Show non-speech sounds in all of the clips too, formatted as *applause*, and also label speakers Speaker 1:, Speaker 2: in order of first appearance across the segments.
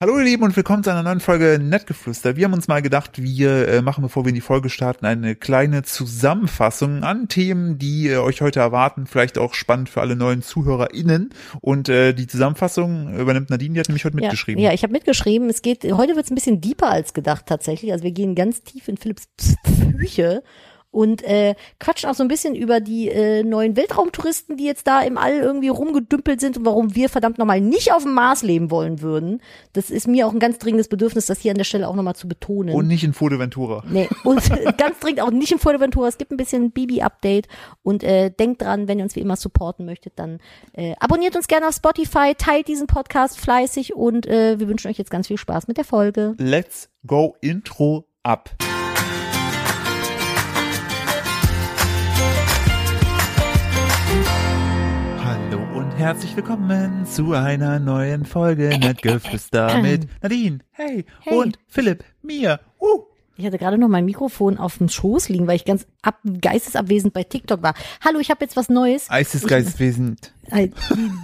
Speaker 1: Hallo ihr Lieben und willkommen zu einer neuen Folge Nettgeflüster. Wir haben uns mal gedacht, wir äh, machen, bevor wir in die Folge starten, eine kleine Zusammenfassung an Themen, die äh, euch heute erwarten, vielleicht auch spannend für alle neuen ZuhörerInnen. Und äh, die Zusammenfassung übernimmt Nadine, die hat nämlich heute
Speaker 2: Ja,
Speaker 1: mitgeschrieben.
Speaker 2: Ja, ich habe mitgeschrieben. Es geht, heute wird es ein bisschen deeper als gedacht tatsächlich. Also wir gehen ganz tief in Philipps Psyche und äh, quatschen auch so ein bisschen über die äh, neuen Weltraumtouristen, die jetzt da im All irgendwie rumgedümpelt sind und warum wir verdammt nochmal nicht auf dem Mars leben wollen würden. Das ist mir auch ein ganz dringendes Bedürfnis, das hier an der Stelle auch nochmal zu betonen.
Speaker 1: Und nicht in Fuerteventura.
Speaker 2: Nee, und *laughs* ganz dringend auch nicht im Fuerteventura. Es gibt ein bisschen ein Bibi-Update. Und äh, denkt dran, wenn ihr uns wie immer supporten möchtet, dann äh, abonniert uns gerne auf Spotify, teilt diesen Podcast fleißig und äh, wir wünschen euch jetzt ganz viel Spaß mit der Folge.
Speaker 1: Let's go Intro ab. Hallo und herzlich willkommen zu einer neuen Folge
Speaker 2: *coughs*
Speaker 1: Nettgeflüster mit Nadine, hey,
Speaker 2: Hey.
Speaker 1: und Philipp, mir. Uh.
Speaker 2: Ich hatte gerade noch mein Mikrofon auf dem Schoß liegen, weil ich ganz ab geistesabwesend bei TikTok war. Hallo, ich habe jetzt was Neues.
Speaker 1: Geisteswesen.
Speaker 2: Äh,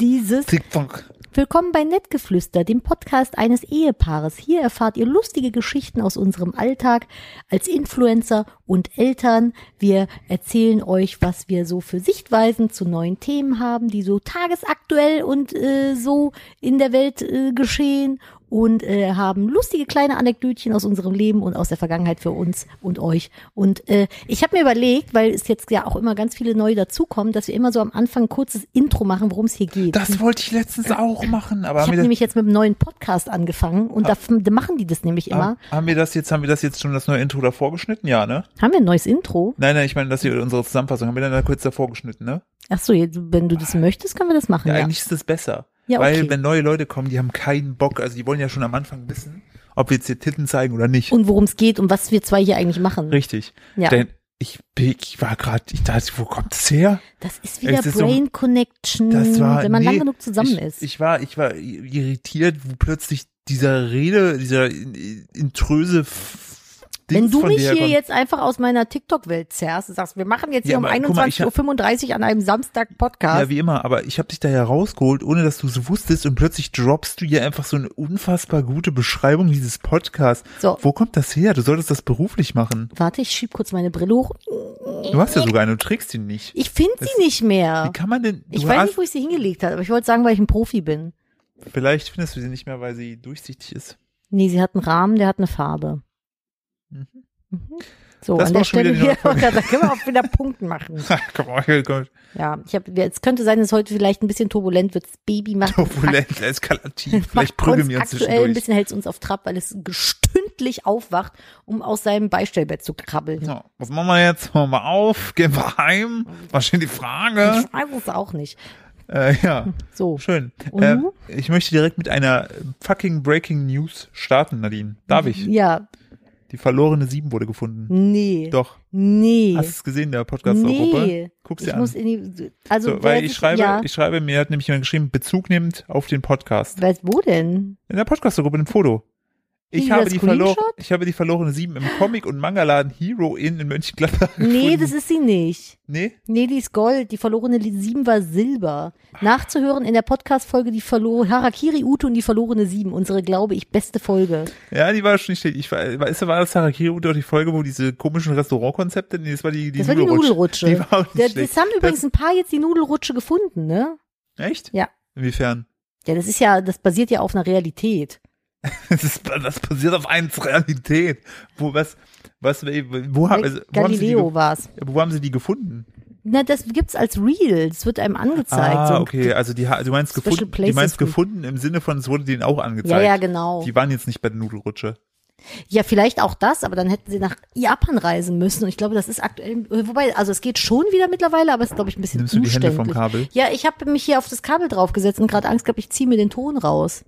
Speaker 2: Dieses
Speaker 1: TikTok.
Speaker 2: Willkommen bei Nettgeflüster, dem Podcast eines Ehepaares. Hier erfahrt ihr lustige Geschichten aus unserem Alltag als Influencer und Eltern. Wir erzählen euch, was wir so für Sichtweisen zu neuen Themen haben, die so tagesaktuell und äh, so in der Welt äh, geschehen und äh, haben lustige kleine Anekdötchen aus unserem Leben und aus der Vergangenheit für uns und euch. Und äh, ich habe mir überlegt, weil es jetzt ja auch immer ganz viele neue dazukommen, dass wir immer so am Anfang ein kurzes Intro machen, worum es hier geht.
Speaker 1: Das wollte ich letztens auch machen, aber
Speaker 2: Ich
Speaker 1: haben
Speaker 2: habe
Speaker 1: wir, das, Ah.
Speaker 2: nämlich jetzt mit einem neuen Podcast angefangen und da, f- da machen die das nämlich immer.
Speaker 1: haben, haben wir das jetzt, haben wir das jetzt schon das neue Intro davor geschnitten? Ja, ne?
Speaker 2: Haben wir ein neues Intro?
Speaker 1: Nein, nein, ich meine, das hier unsere Zusammenfassung haben wir dann da kurz davor geschnitten, ne?
Speaker 2: Ach so, jetzt, wenn du das möchtest, können wir das machen.
Speaker 1: Ja,
Speaker 2: Ja,
Speaker 1: eigentlich ist das besser.
Speaker 2: Ja,
Speaker 1: Weil
Speaker 2: okay.
Speaker 1: wenn neue Leute kommen, die haben keinen Bock, also die wollen ja schon am Anfang wissen, ob wir jetzt hier Titten zeigen oder nicht.
Speaker 2: Und worum es geht und was wir zwei hier eigentlich machen.
Speaker 1: Richtig.
Speaker 2: Ja.
Speaker 1: Denn ich, bin- ich war gerade, ich dachte, wo kommt das her?
Speaker 2: Das ist wieder
Speaker 1: Es ist so-
Speaker 2: Brain Connection,
Speaker 1: Das war,
Speaker 2: Mm, wenn man
Speaker 1: nee,
Speaker 2: lang genug zusammen
Speaker 1: ich,
Speaker 2: ist.
Speaker 1: Ich war, ich war irritiert, wo plötzlich dieser Rede, dieser in- intröse F-
Speaker 2: wenn
Speaker 1: Dings
Speaker 2: du
Speaker 1: von
Speaker 2: mich
Speaker 1: dir
Speaker 2: hier
Speaker 1: kommt.
Speaker 2: jetzt einfach aus meiner TikTok-Welt zerrst und sagst, wir machen jetzt
Speaker 1: Ja,
Speaker 2: hier um
Speaker 1: aber guck mal, ich hab-
Speaker 2: 21.35 Uhr an einem Samstag
Speaker 1: Ja,
Speaker 2: Podcast.
Speaker 1: wie immer, aber ich habe dich da ja rausgeholt, ohne dass du es wusstest und plötzlich droppst du hier einfach so eine unfassbar gute Beschreibung dieses Podcasts.
Speaker 2: So.
Speaker 1: Wo kommt das her? Du solltest das beruflich machen.
Speaker 2: Warte, ich schieb kurz meine Brille hoch. Äh,
Speaker 1: Du hast ja sogar eine, du trägst ihn nicht.
Speaker 2: Ich finde sie nicht mehr.
Speaker 1: Wie kann man denn, du
Speaker 2: Ich weiß
Speaker 1: hast,
Speaker 2: nicht, wo ich sie hingelegt habe, aber ich wollte sagen, weil ich ein Profi bin.
Speaker 1: vielleicht findest du sie nicht mehr, weil sie durchsichtig ist. *laughs*
Speaker 2: Nee, sie hat einen Rahmen, der hat eine Farbe.
Speaker 1: Mhm.
Speaker 2: Mhm. So,
Speaker 1: Das
Speaker 2: an
Speaker 1: war
Speaker 2: der
Speaker 1: schon wieder
Speaker 2: Stelle
Speaker 1: die
Speaker 2: hier,
Speaker 1: neue
Speaker 2: *laughs* da können wir auch wieder Punkten machen.
Speaker 1: komm, oh, komm,
Speaker 2: Ja, ich habe, es könnte sein, dass heute vielleicht ein bisschen turbulent wird. Das Baby macht,
Speaker 1: turbulent,
Speaker 2: *laughs*
Speaker 1: eskalativ. Oh, Vielleicht
Speaker 2: macht
Speaker 1: prügeln
Speaker 2: uns
Speaker 1: wir uns
Speaker 2: aktuell ein
Speaker 1: zwischendurch.
Speaker 2: bisschen, hält es uns auf Trab, weil es gestündlich aufwacht, um aus seinem Beistellbett zu krabbeln.
Speaker 1: So, was machen wir jetzt? Machen wir auf, gehen wir heim. Was ist denn die Frage?
Speaker 2: Ich weiß es auch nicht.
Speaker 1: Äh, ja,
Speaker 2: So,
Speaker 1: schön.
Speaker 2: Und
Speaker 1: Ähm,
Speaker 2: du?
Speaker 1: ich möchte direkt mit einer fucking Breaking News starten, Nadine. Darf ich?
Speaker 2: ja,
Speaker 1: Die verlorene Sieben wurde gefunden.
Speaker 2: nee,
Speaker 1: Doch.
Speaker 2: nee,
Speaker 1: Hast du es gesehen, der Podcast-Europa?
Speaker 2: nee.
Speaker 1: Guck's
Speaker 2: ich
Speaker 1: dir
Speaker 2: muss
Speaker 1: an.
Speaker 2: in die, also,
Speaker 1: So,
Speaker 2: wer
Speaker 1: weil ich
Speaker 2: sich-
Speaker 1: schreibe,
Speaker 2: ja,
Speaker 1: ich schreibe, mir hat nämlich jemand geschrieben, Bezug nehmend auf den Podcast.
Speaker 2: weiß, wo denn?
Speaker 1: In der Podcast-Gruppe, in dem Foto. Ich
Speaker 2: Wie,
Speaker 1: habe,
Speaker 2: das
Speaker 1: die verlo-
Speaker 2: Screenshot?
Speaker 1: ich habe die verlorene Sieben im Comic- und Mangaladen Hero Inn in Mönchengladbach
Speaker 2: Nee,
Speaker 1: gefunden.
Speaker 2: das ist sie nicht.
Speaker 1: Nee?
Speaker 2: Nee, die ist Gold. Die verlorene Sieben war Silber. Nachzuhören in der Podcast-Folge die verlorene Harakiri Ute und die verlorene Sieben. Unsere, glaube ich, beste Folge.
Speaker 1: Ja, die war schon nicht schlecht. Ich war, weißt du, war das Harakiri und auch die Folge, wo diese komischen Restaurantkonzepte, nee, das war die, die
Speaker 2: Das war die
Speaker 1: Nudelrutsche.
Speaker 2: Nudelrutsche.
Speaker 1: Die war auch nicht
Speaker 2: Da-
Speaker 1: schlecht.
Speaker 2: das haben übrigens ein paar jetzt die Nudelrutsche gefunden, ne?
Speaker 1: Echt?
Speaker 2: Ja.
Speaker 1: Inwiefern? *laughs*
Speaker 2: Ja, das ist ja, das basiert ja auf einer Realität.
Speaker 1: Das, ist, das basiert auf eins Realität. Wo, was, was, wo, haben, also, wo, haben sie die,
Speaker 2: Ne, Galileo
Speaker 1: ge-
Speaker 2: war's.
Speaker 1: wo haben sie die gefunden?
Speaker 2: Na, das gibt's als Real. Das wird einem angezeigt. So
Speaker 1: ah,
Speaker 2: ein-
Speaker 1: okay, also die, ha- du meinst
Speaker 2: Special
Speaker 1: gefunden, du
Speaker 2: Places
Speaker 1: meinst
Speaker 2: Group.
Speaker 1: gefunden im Sinne von, es wurde denen auch
Speaker 2: Ja,
Speaker 1: angezeigt.
Speaker 2: ja, genau.
Speaker 1: Die waren jetzt nicht bei der Nudelrutsche.
Speaker 2: Ja, vielleicht auch das, aber dann hätten sie nach Japan reisen müssen. Und ich glaube, das ist aktuell, wobei, also es geht schon wieder mittlerweile, aber es ist, glaube ich, ein bisschen
Speaker 1: Nimmst du die Hände
Speaker 2: umständlich.
Speaker 1: vom Kabel?
Speaker 2: Ja, ich habe mich hier auf das Kabel draufgesetzt und gerade Angst gehabt, ich ziehe mir den Ton raus.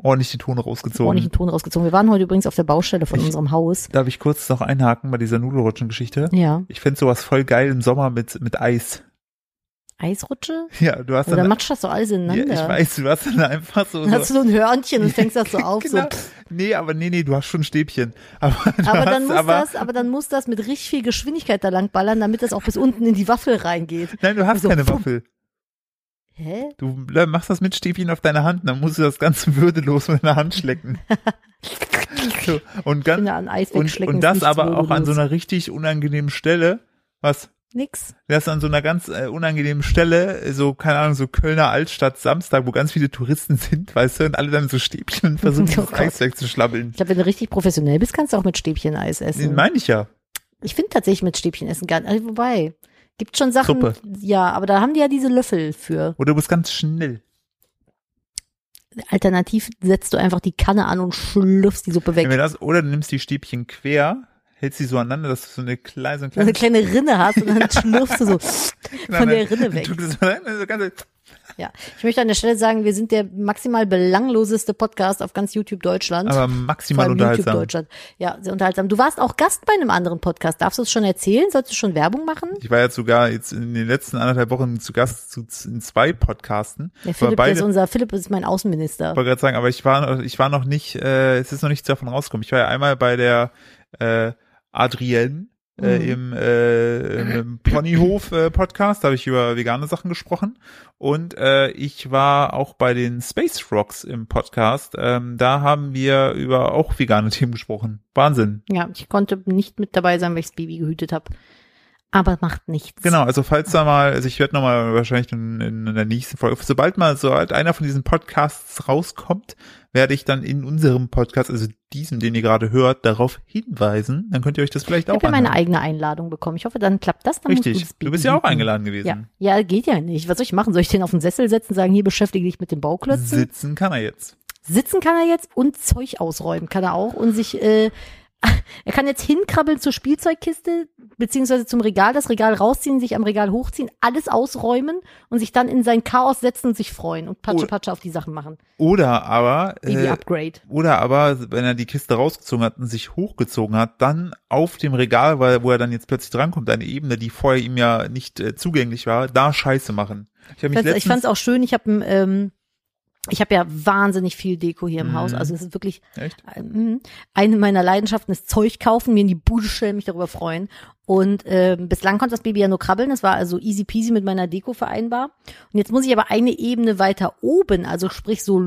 Speaker 1: Ordentlich den Ton
Speaker 2: So. Ordentlich
Speaker 1: rausgezogen.
Speaker 2: den Ton rausgezogen. Wir waren heute übrigens auf der Baustelle von
Speaker 1: Ich-
Speaker 2: unserem Haus.
Speaker 1: Darf ich kurz noch einhaken bei dieser Nudelrutschen-Geschichte?
Speaker 2: Ja.
Speaker 1: Ich fänd sowas voll geil im Sommer mit, mit Eis. *laughs*
Speaker 2: Eisrutsche? Also
Speaker 1: Ja, du hast
Speaker 2: Oder
Speaker 1: dann
Speaker 2: matscht das so alles
Speaker 1: Ja,
Speaker 2: ineinander?
Speaker 1: ich weiß, du hast dann einfach so.
Speaker 2: Dann *laughs* hast
Speaker 1: so
Speaker 2: du so ein
Speaker 1: *laughs*
Speaker 2: Hörnchen und fängst das so auf.
Speaker 1: genau.
Speaker 2: so. pff.
Speaker 1: Nee, aber nee, nee, du hast schon ein Stäbchen. *laughs* Aber, du
Speaker 2: Aber
Speaker 1: hast,
Speaker 2: dann muss
Speaker 1: aber,
Speaker 2: das, aber dann muss das mit richtig viel Geschwindigkeit da lang ballern, damit das auch bis unten in die Waffel reingeht.
Speaker 1: Nein, du hast
Speaker 2: so,
Speaker 1: keine
Speaker 2: pfumm.
Speaker 1: Waffel.
Speaker 2: Hä?
Speaker 1: Du ne, machst das mit Stäbchen auf deine Hand, dann musst du das Ganze *laughs* würdelos mit deiner Hand
Speaker 2: *laughs*
Speaker 1: schlecken. so, und ganz,
Speaker 2: Finger an Eis
Speaker 1: und,
Speaker 2: wegschlecken.
Speaker 1: und
Speaker 2: Genau, ist
Speaker 1: das
Speaker 2: nichts
Speaker 1: aber auch an so
Speaker 2: Würdelos.
Speaker 1: einer richtig unangenehmen Stelle. Was?
Speaker 2: Nix.
Speaker 1: Das an so einer ganz äh, unangenehmen Stelle, äh, so, keine Ahnung, so Kölner Altstadt Samstag, wo ganz viele Touristen *laughs* sind, weißt du, und alle dann so Stäbchen und
Speaker 2: *laughs*
Speaker 1: versuchen,
Speaker 2: Oh
Speaker 1: das
Speaker 2: Gott.
Speaker 1: Eis wegzuschlabbeln.
Speaker 2: Ich glaube, wenn du richtig professionell bist, kannst du auch mit Stäbchen Eis
Speaker 1: Den
Speaker 2: essen.
Speaker 1: meine ich ja.
Speaker 2: Ich finde tatsächlich mit Stäbchen essen gar nicht. Wobei, gibt schon Sachen.
Speaker 1: Suppe.
Speaker 2: Ja, aber da haben die ja diese Löffel für.
Speaker 1: Oder du bist ganz schnell.
Speaker 2: Alternativ setzt du einfach die Kanne an und schlürfst die Suppe weg.
Speaker 1: Wenn wir das, oder du nimmst die Stäbchen quer, hältst sie so aneinander, dass du so eine kleine, so ein
Speaker 2: Wenn du eine
Speaker 1: kleines
Speaker 2: kleine Rinne hast und
Speaker 1: *laughs*
Speaker 2: dann schlürfst du so von der Rinne weg.
Speaker 1: Du drückst so rein, so ganze,
Speaker 2: Ja. Ich möchte an der Stelle sagen, wir sind der maximal belangloseste Podcast auf ganz YouTube Deutschland.
Speaker 1: aber
Speaker 2: Vor
Speaker 1: maximal
Speaker 2: allem YouTube
Speaker 1: unterhaltsam.
Speaker 2: Deutschland. Ja, sehr unterhaltsam. Du warst auch Gast bei einem anderen Podcast. Darfst du es schon erzählen? Sollst du schon Werbung machen?
Speaker 1: Ich war jetzt sogar jetzt in den letzten anderthalb Wochen zu Gast zu, z- in zwei Podcasten.
Speaker 2: Der
Speaker 1: aber
Speaker 2: Philipp der
Speaker 1: beide,
Speaker 2: ist
Speaker 1: ich
Speaker 2: unser, Philipp ist mein Außenminister.
Speaker 1: wollte gerade sagen, aber ich war, ich war noch nicht, äh, es ist noch nichts davon rausgekommen. Ich war ja einmal bei der äh, Adrienne äh, im, äh, im Ponyhof äh, Podcast, da habe ich über vegane Sachen gesprochen. Und äh, ich war auch bei den Space Rocks im Podcast. Ähm, da haben wir über auch vegane Themen gesprochen. Wahnsinn.
Speaker 2: Ja, ich konnte nicht mit dabei sein, weil ich das Baby gehütet habe. Aber macht nichts.
Speaker 1: Genau, also falls da mal, also ich werde nochmal wahrscheinlich in, in, in der nächsten Folge, sobald mal so halt einer von diesen Podcasts rauskommt, werde ich dann in unserem Podcast, also diesem, den ihr gerade hört, darauf hinweisen. Dann könnt ihr euch das vielleicht
Speaker 2: Ich
Speaker 1: auch
Speaker 2: habe ja meine
Speaker 1: anhören.
Speaker 2: eigene Einladung bekommen. Ich hoffe, dann klappt das. Dann muss
Speaker 1: Richtig,
Speaker 2: gutes Baby
Speaker 1: du bist ja auch
Speaker 2: hüten.
Speaker 1: eingeladen
Speaker 2: Ja.
Speaker 1: gewesen.
Speaker 2: ja, geht ja nicht. Was soll ich machen? Soll ich den auf den Sessel setzen, sagen, hier beschäftige dich mit den Bauklötzen?
Speaker 1: Sitzen kann er jetzt.
Speaker 2: Sitzen kann er jetzt und Zeug ausräumen kann er auch und sich, äh, *laughs* er kann jetzt hinkrabbeln zur Spielzeugkiste, beziehungsweise zum Regal, das Regal rausziehen, sich am Regal hochziehen, alles ausräumen und sich dann in sein Chaos setzen und sich freuen und Patsche
Speaker 1: Oh.
Speaker 2: Patsche auf die Sachen machen.
Speaker 1: Oder aber, äh,
Speaker 2: Baby-Upgrade.
Speaker 1: oder aber, wenn er die Kiste rausgezogen hat und sich hochgezogen hat, dann auf dem Regal, weil, wo er dann jetzt plötzlich drankommt, eine Ebene, die vorher ihm ja nicht äh, zugänglich war, da Scheiße machen. Ich habe mich
Speaker 2: Ich fand
Speaker 1: letztens,
Speaker 2: es auch schön, ich habe ähm, ich habe ja wahnsinnig viel Deko hier im Haus, also es ist wirklich
Speaker 1: Mhm. echt?
Speaker 2: Ähm, Eine meiner Leidenschaften ist Zeug kaufen, mir in die Bude stellen, mich darüber freuen. Und ähm, bislang konnte das Baby ja nur krabbeln, das war also easy peasy mit meiner Deko vereinbar. Und jetzt muss ich aber eine Ebene weiter oben, also sprich so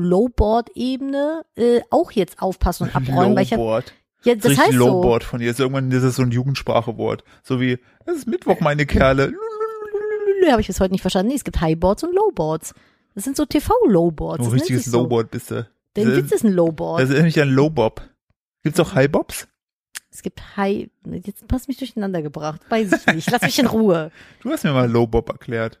Speaker 2: Lowboard-Ebene, äh, auch jetzt
Speaker 1: *laughs*
Speaker 2: aufpassen und abräumen, weil ich ja,
Speaker 1: Lowboard.
Speaker 2: ja
Speaker 1: Das
Speaker 2: das
Speaker 1: richtig
Speaker 2: heißt so.
Speaker 1: Lowboard von dir. Ist irgendwann ist es so ein Jugendsprachewort. So wie, es ist Mittwoch,
Speaker 2: Äh,
Speaker 1: meine Kerle.
Speaker 2: Habe ich bis heute nicht verstanden. Nee, es gibt Highboards und Lowboards. Das sind so TV-Lowboards.
Speaker 1: Du
Speaker 2: das nennt
Speaker 1: Oh, richtiges
Speaker 2: sich so.
Speaker 1: Lowboard Äh, bist du.
Speaker 2: Denn
Speaker 1: Das-
Speaker 2: gibt es ein Lowboard.
Speaker 1: Das erinnert mich an Lowbob. Gibt's auch Highbobs?
Speaker 2: Es gibt High. Jetzt hast du mich durcheinander gebracht. Weiß ich nicht. Lass mich in Ruhe.
Speaker 1: *laughs* Du hast mir mal Lowbob erklärt.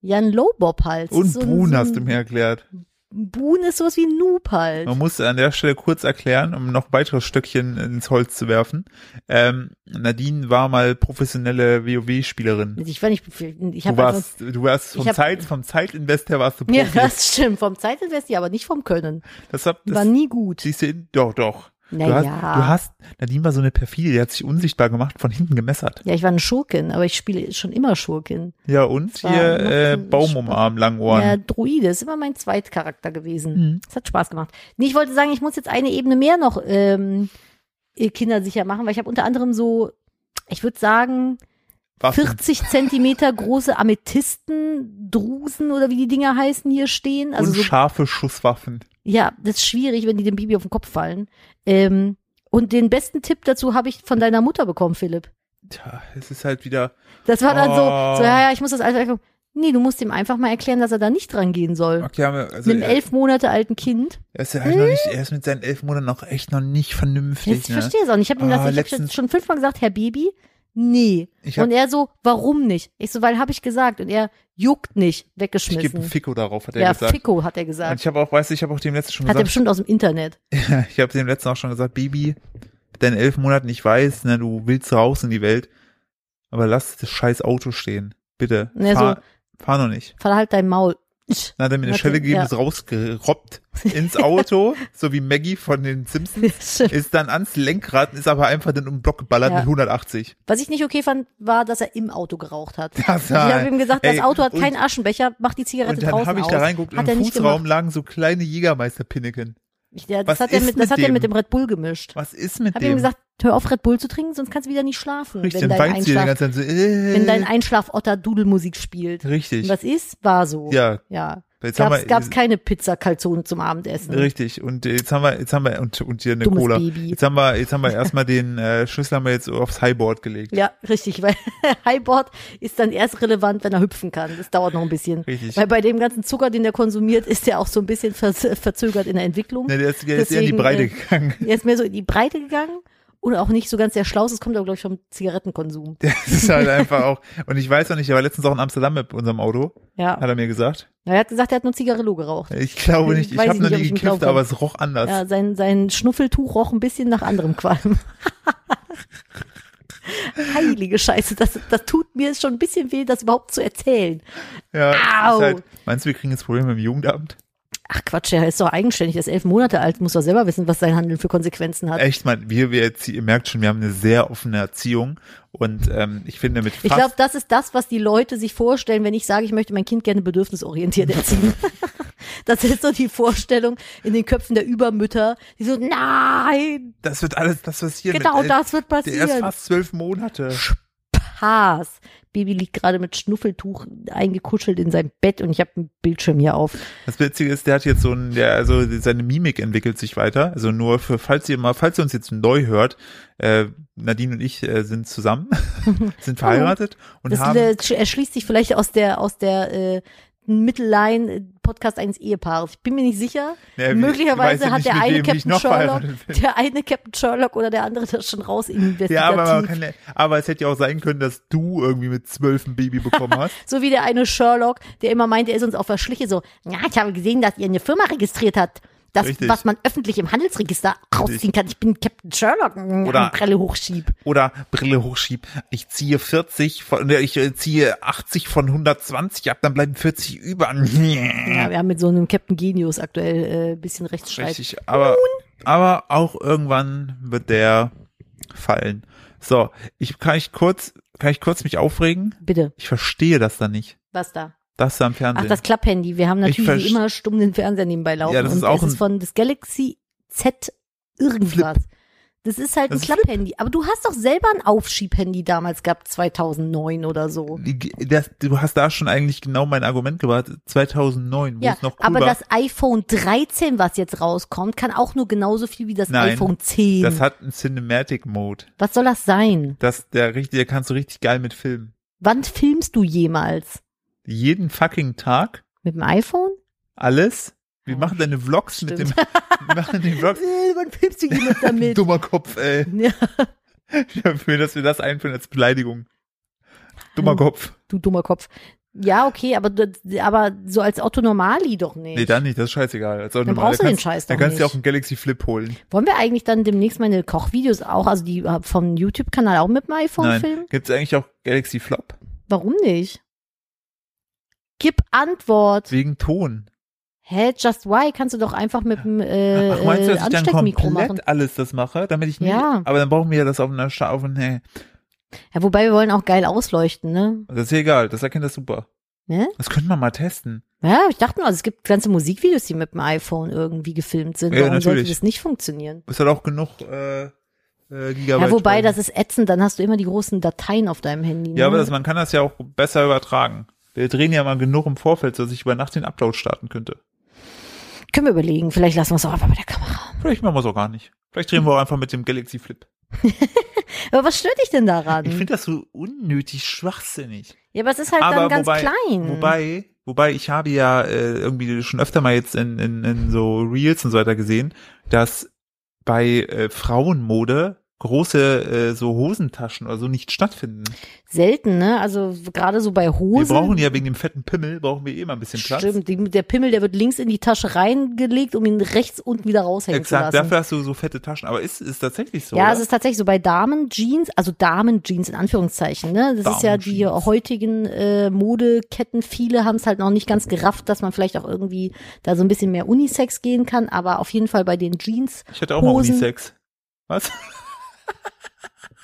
Speaker 2: Ja, ein Lowbob halt.
Speaker 1: Und
Speaker 2: so ein-
Speaker 1: Boon
Speaker 2: so
Speaker 1: hast
Speaker 2: ein-
Speaker 1: du mir Oh erklärt.
Speaker 2: Boon ist sowas wie ein Noob halt.
Speaker 1: Man muss an der Stelle kurz erklären, um noch weitere Stöckchen ins Holz zu werfen. Ähm, Nadine war mal professionelle WoW-Spielerin.
Speaker 2: Ich war nicht, ich
Speaker 1: Du
Speaker 2: habe einfach,
Speaker 1: warst, du warst vom
Speaker 2: ich hab-
Speaker 1: Zeit, vom Zeitinvest her warst du Profi.
Speaker 2: *laughs* ja, das stimmt, vom Zeitinvest, ja, aber nicht vom Können.
Speaker 1: Das hat,
Speaker 2: War
Speaker 1: das,
Speaker 2: nie gut.
Speaker 1: siehst du, doch, doch. Du hast,
Speaker 2: Naja.
Speaker 1: du hast, Nadine war so eine perfide, die hat sich unsichtbar gemacht, von hinten gemessert.
Speaker 2: Ja, ich war eine Schurkin, aber ich spiele schon immer Schurkin.
Speaker 1: Ja, und
Speaker 2: war
Speaker 1: hier
Speaker 2: noch
Speaker 1: äh,
Speaker 2: ein
Speaker 1: Baum
Speaker 2: Spaß.
Speaker 1: umarmen, Langohren.
Speaker 2: Ja, Druide ist immer mein Zweitcharakter gewesen.
Speaker 1: Hm. Mhm.
Speaker 2: Das hat Spaß gemacht. Nee, ich wollte sagen, ich muss jetzt eine Ebene mehr noch ähm, äh, kindersicher machen, weil ich habe unter anderem so, ich würde sagen,
Speaker 1: Waffen.
Speaker 2: 40 Zentimeter große Amethysten, Drusen oder wie die Dinger heißen hier stehen. Also
Speaker 1: und
Speaker 2: so
Speaker 1: scharfe Schusswaffen.
Speaker 2: Ja, das ist schwierig, wenn die dem Baby auf den Kopf fallen. Ähm, und den besten Tipp dazu habe ich von deiner Mutter bekommen, Philipp.
Speaker 1: Tja, es ist halt wieder,
Speaker 2: Das war dann
Speaker 1: Oh.
Speaker 2: so, so, ja, ja, ich muss das einfach erklären. Nee, du musst ihm einfach mal erklären, dass er da nicht dran gehen soll.
Speaker 1: okay, haben wir, also,
Speaker 2: Mit einem
Speaker 1: er,
Speaker 2: elf Monate alten Kind.
Speaker 1: er ist ja halt noch nicht, er ist mit seinen elf Monaten noch echt noch nicht vernünftig,
Speaker 2: Jetzt
Speaker 1: ne?
Speaker 2: verstehe es auch nicht. Ich habe ihm das
Speaker 1: Ah,
Speaker 2: ich hab schon-
Speaker 1: letztens-
Speaker 2: schon fünfmal gesagt, Herr Baby, nee.
Speaker 1: Ich hab-
Speaker 2: Und er so, warum nicht? Ich so, weil habe ich gesagt. Und er juckt nicht,
Speaker 1: Ich gebe einen
Speaker 2: weggeschmissen.
Speaker 1: Ficko darauf, hat er
Speaker 2: Ja,
Speaker 1: gesagt.
Speaker 2: Ficko, hat er
Speaker 1: Und
Speaker 2: gesagt.
Speaker 1: ich habe auch, weißt du, ich habe auch dem letzten schon
Speaker 2: Hat er
Speaker 1: gesagt,
Speaker 2: bestimmt aus dem Internet.
Speaker 1: *laughs* ich habe dem letzten auch schon gesagt, Baby, mit deinen elf Monaten, ich weiß, ne, du willst raus in die Welt, aber lass das scheiß Auto stehen. Bitte.
Speaker 2: Und er Ne, so-
Speaker 1: fahr, fahr noch nicht.
Speaker 2: Fall halt dein
Speaker 1: *laughs*
Speaker 2: Maul.
Speaker 1: Dann hat er mir eine
Speaker 2: Hat
Speaker 1: Schelle
Speaker 2: er-
Speaker 1: gegeben,
Speaker 2: ja.
Speaker 1: ist rausgerobbt ins
Speaker 2: *laughs*
Speaker 1: Auto, so wie Maggie von den Simpsons. Ist dann ans Lenkrad, ist aber einfach dann um den Block geballert
Speaker 2: Ja.
Speaker 1: mit 180.
Speaker 2: Was ich nicht okay fand, war, dass er im Auto geraucht hat.
Speaker 1: Das
Speaker 2: ich habe ihm gesagt, das
Speaker 1: Ey,
Speaker 2: Auto hat
Speaker 1: und-
Speaker 2: keinen Aschenbecher, mach die Zigarette
Speaker 1: Und dann
Speaker 2: draußen
Speaker 1: habe ich
Speaker 2: aus.
Speaker 1: da reingeguckt und
Speaker 2: hat er
Speaker 1: im
Speaker 2: nicht
Speaker 1: Fußraum
Speaker 2: gemacht.
Speaker 1: lagen so kleine Jägermeisterpinneken.
Speaker 2: Ich- Ja,
Speaker 1: Was
Speaker 2: das hat, er
Speaker 1: ist
Speaker 2: mit, das
Speaker 1: mit
Speaker 2: hat er
Speaker 1: dem?
Speaker 2: mit dem Red Bull gemischt.
Speaker 1: Was ist mit
Speaker 2: Hab
Speaker 1: dem?
Speaker 2: ihm gesagt, Hör auf, Red Bull zu trinken, sonst kannst du wieder nicht schlafen.
Speaker 1: Richtig,
Speaker 2: wenn,
Speaker 1: dann
Speaker 2: dein
Speaker 1: weinst du die
Speaker 2: Einschlaf,
Speaker 1: ganze Zeit so, äh,
Speaker 2: wenn dein Einschlafotter Dudelmusik spielt. Und
Speaker 1: Richtig.
Speaker 2: was ist? War so.
Speaker 1: Ja,
Speaker 2: ja.
Speaker 1: jetzt
Speaker 2: Gab's,
Speaker 1: haben
Speaker 2: gab's
Speaker 1: wir,
Speaker 2: keine Pizza Calzone zum Abendessen.
Speaker 1: richtig. Und jetzt haben wir, jetzt haben wir, und, und hier eine
Speaker 2: Dummes
Speaker 1: Cola.
Speaker 2: Baby.
Speaker 1: Jetzt haben wir, jetzt
Speaker 2: *laughs*
Speaker 1: haben wir erstmal den, äh, Schlüssel haben wir jetzt aufs Highboard gelegt.
Speaker 2: Ja, richtig, weil *laughs* Highboard ist dann erst relevant, wenn er hüpfen kann. Das dauert noch ein bisschen.
Speaker 1: Richtig.
Speaker 2: Weil bei dem ganzen Zucker, den der konsumiert, ist der auch so ein bisschen verz- verzögert in der Entwicklung.
Speaker 1: Ne, der ist, der ist eher in die
Speaker 2: Deswegen,
Speaker 1: Breite
Speaker 2: äh,
Speaker 1: gegangen.
Speaker 2: Er ist mehr so in die Breite gegangen und auch nicht so ganz der Schlaus. Es kommt aber, glaube ich, vom Zigarettenkonsum.
Speaker 1: Das ist halt einfach auch, und ich weiß noch nicht, er war letztens auch in Amsterdam mit unserem Auto,
Speaker 2: Ja.
Speaker 1: hat er mir gesagt.
Speaker 2: Er hat gesagt, er hat nur Zigarillo geraucht.
Speaker 1: Ich glaube nicht, ich
Speaker 2: Weiß
Speaker 1: habe
Speaker 2: ich
Speaker 1: noch
Speaker 2: nicht, ob
Speaker 1: nie
Speaker 2: ich ihm
Speaker 1: gekifft,
Speaker 2: glauben
Speaker 1: aber es roch anders.
Speaker 2: Ja, sein, sein Schnuffeltuch roch ein bisschen nach anderem Qualm. Heilige Scheiße, das, das tut mir schon ein bisschen weh, das überhaupt zu erzählen.
Speaker 1: Ja, es
Speaker 2: Au.
Speaker 1: ist halt, meinst du, wir kriegen jetzt Probleme im Jugendamt?
Speaker 2: Ach Quatsch, er ist doch eigenständig, er ist elf Monate alt, muss doch selber wissen, was sein Handeln für Konsequenzen hat.
Speaker 1: Echt, man, wir, wir, erzie- ihr merkt schon, wir haben eine sehr offene Erziehung und ähm, ich finde mit
Speaker 2: Ich
Speaker 1: fast,
Speaker 2: glaube, das ist das, was die Leute sich vorstellen, wenn ich sage, ich möchte mein Kind gerne bedürfnisorientiert erziehen. *laughs* das ist so die Vorstellung in den Köpfen der Übermütter, die so, nein,
Speaker 1: das wird alles, das was hier
Speaker 2: genau
Speaker 1: mit, äh,
Speaker 2: das wird
Speaker 1: Der ist
Speaker 2: passieren.
Speaker 1: fast zwölf Monate.
Speaker 2: Haas. Baby liegt gerade mit Schnuffeltuch eingekuschelt in seinem Bett und ich habe einen Bildschirm hier auf.
Speaker 1: Das Witzige ist, der hat jetzt so ein, der, also seine Mimik entwickelt sich weiter. Also nur für, falls ihr mal, falls ihr uns jetzt neu hört, äh, Nadine und ich äh, sind
Speaker 2: *laughs*
Speaker 1: zusammen, sind verheiratet und
Speaker 2: Das
Speaker 1: haben,
Speaker 2: äh, sch- erschließt sich vielleicht aus der, aus der äh, Mittelline äh, Podcast eines Ehepaares. Ich bin mir nicht sicher.
Speaker 1: Ja, wie- weiß
Speaker 2: Möglicherweise
Speaker 1: ja
Speaker 2: hat
Speaker 1: nicht,
Speaker 2: der
Speaker 1: mit
Speaker 2: eine
Speaker 1: wem ich
Speaker 2: Captain
Speaker 1: noch
Speaker 2: Sherlock,
Speaker 1: verheiratet bin.
Speaker 2: der eine Captain Sherlock oder der andere das schon raus investigativ.
Speaker 1: ja, aber, man kann, ja- aber es hätte ja auch sein können, dass du irgendwie mit zwölf ein Baby bekommen hast.
Speaker 2: *laughs* so wie der eine Sherlock, der immer meint, er ist uns auf der Schliche so, ja, ich habe gesehen, dass ihr eine Firma registriert habt. Das,
Speaker 1: Richtig.
Speaker 2: was man öffentlich im Handelsregister rausziehen kann. Ich bin Captain Sherlock.
Speaker 1: Oder-
Speaker 2: Oder Brille hochschieb.
Speaker 1: Oder Brille hochschieb. Ich ziehe 40 von, ne, ich äh, ziehe 80 von 120 ab, dann bleiben 40 über. Mhm.
Speaker 2: Ja, wir haben mit so einem Captain Genius aktuell äh, ein bisschen Rechtsstreit.
Speaker 1: Richtig, aber, aber auch irgendwann wird der fallen. So, ich kann ich kurz, kann ich kurz mich aufregen?
Speaker 2: Bitte,
Speaker 1: Ich verstehe das da nicht.
Speaker 2: was da?
Speaker 1: Das da im
Speaker 2: Ach,
Speaker 1: Fernsehen.
Speaker 2: das Klapphandy. Wir haben
Speaker 1: Ich
Speaker 2: natürlich wie
Speaker 1: verst-
Speaker 2: immer stumm den Fernseher nebenbei laufen.
Speaker 1: Ja, das ist
Speaker 2: und
Speaker 1: auch
Speaker 2: es ist
Speaker 1: ein-
Speaker 2: von das Galaxy Z irgendwas. Das ist halt
Speaker 1: Das
Speaker 2: ein
Speaker 1: ist
Speaker 2: Klapphandy. Aber du hast doch selber ein Aufschiebhandy damals gehabt, 2009 oder so.
Speaker 1: Die- das, du hast da schon eigentlich genau mein Argument gebracht. 2009, wo
Speaker 2: Ja,
Speaker 1: es noch cool
Speaker 2: aber
Speaker 1: war.
Speaker 2: das iPhone 13, was jetzt rauskommt, kann auch nur genauso viel wie das
Speaker 1: Nein,
Speaker 2: iPhone 10.
Speaker 1: das hat einen Cinematic Mode.
Speaker 2: was soll das sein?
Speaker 1: Das, der richtig, der kannst du richtig geil mit filmen.
Speaker 2: Wann filmst du jemals?
Speaker 1: Jeden fucking Tag.
Speaker 2: Mit dem iPhone?
Speaker 1: Alles. Wir
Speaker 2: Ja,
Speaker 1: machen deine Vlogs mit dem,
Speaker 2: Oh, stimmt.
Speaker 1: wir machen den
Speaker 2: *laughs*
Speaker 1: Vlogs.
Speaker 2: Äh, wann filmst du
Speaker 1: *laughs*
Speaker 2: jemals damit?
Speaker 1: Dummer Kopf, ey.
Speaker 2: ja,
Speaker 1: Ich bin *laughs* dafür, dass wir das einführen als Beleidigung. Dummer
Speaker 2: Hm.
Speaker 1: Kopf.
Speaker 2: du dummer Kopf. Ja, okay, aber, du- aber so als Otto Normali doch nicht.
Speaker 1: Nee, dann nicht, das ist scheißegal. Also
Speaker 2: Dann brauchst du den Scheiß
Speaker 1: Dann
Speaker 2: doch
Speaker 1: kannst du dir
Speaker 2: nicht.
Speaker 1: auch einen Galaxy Flip holen.
Speaker 2: Wollen wir eigentlich dann demnächst meine Kochvideos auch, also die äh, vom YouTube-Kanal auch mit dem iPhone
Speaker 1: Nein.
Speaker 2: filmen?
Speaker 1: Gibt es eigentlich auch Galaxy Flop?
Speaker 2: Warum nicht? Gib Antwort.
Speaker 1: Wegen Ton.
Speaker 2: Hä, just why? Kannst du doch einfach mit dem äh,
Speaker 1: Ach, meinst du,
Speaker 2: äh,
Speaker 1: dass ich dann komplett
Speaker 2: Ansteckmikro machen.
Speaker 1: alles das mache? Damit ich nie,
Speaker 2: Ja.
Speaker 1: Aber dann brauchen wir ja das auf einer Scha auf einer, nee.
Speaker 2: Ja, wobei wir wollen auch geil ausleuchten, ne?
Speaker 1: Das ist ja egal, das erkennt das super.
Speaker 2: ne?
Speaker 1: Das könnten wir mal testen.
Speaker 2: Ja, ich dachte nur, also es gibt ganze Musikvideos, die mit dem iPhone irgendwie gefilmt sind.
Speaker 1: Ja,
Speaker 2: Warum sollte
Speaker 1: natürlich.
Speaker 2: das nicht funktionieren?
Speaker 1: Ist halt auch genug äh, äh, Gigabyte.
Speaker 2: Ja, wobei,
Speaker 1: Speicher.
Speaker 2: das ist ätzend, dann hast du immer die großen Dateien auf deinem Handy. Ne?
Speaker 1: Ja, aber das, man kann das ja auch besser übertragen. Wir drehen ja mal genug im Vorfeld, dass ich über Nacht den Upload starten könnte.
Speaker 2: Können wir überlegen, vielleicht lassen wir es auch einfach bei der Kamera.
Speaker 1: Vielleicht machen wir es auch gar nicht. Vielleicht drehen wir auch einfach mit dem Galaxy Flip.
Speaker 2: Aber was stört dich denn daran?
Speaker 1: Ich finde das so unnötig schwachsinnig.
Speaker 2: ja, aber es ist halt dann
Speaker 1: Aber
Speaker 2: ganz
Speaker 1: wobei,
Speaker 2: klein.
Speaker 1: wobei, wobei ich habe ja äh, irgendwie schon öfter mal jetzt in, in, in so Reels und so weiter gesehen, dass bei äh, Frauenmode große äh, so Hosentaschen oder so nicht stattfinden.
Speaker 2: Selten, ne? Also gerade so bei
Speaker 1: Wir
Speaker 2: Hosen.
Speaker 1: brauchen ja wegen dem fetten Pimmel brauchen wir eh mal ein bisschen Platz.
Speaker 2: Stimmt, die, der Pimmel, der wird links in die Tasche reingelegt, um ihn rechts unten wieder raushängen
Speaker 1: Exakt,
Speaker 2: zu lassen.
Speaker 1: dafür hast du so fette Taschen. Aber ist ist tatsächlich so?
Speaker 2: ja,
Speaker 1: oder?
Speaker 2: es ist tatsächlich so bei Damen-Jeans, also Damen-Jeans in Anführungszeichen, ne? Das ist ja die
Speaker 1: Damenjeans.
Speaker 2: heutigen äh, Modeketten. Viele haben es halt noch nicht ganz gerafft, dass man vielleicht auch irgendwie da so ein bisschen mehr Unisex gehen kann, aber auf jeden Fall bei den Jeans.
Speaker 1: ich hätte auch mal
Speaker 2: Hosen-
Speaker 1: Unisex.
Speaker 2: *laughs*
Speaker 1: Was?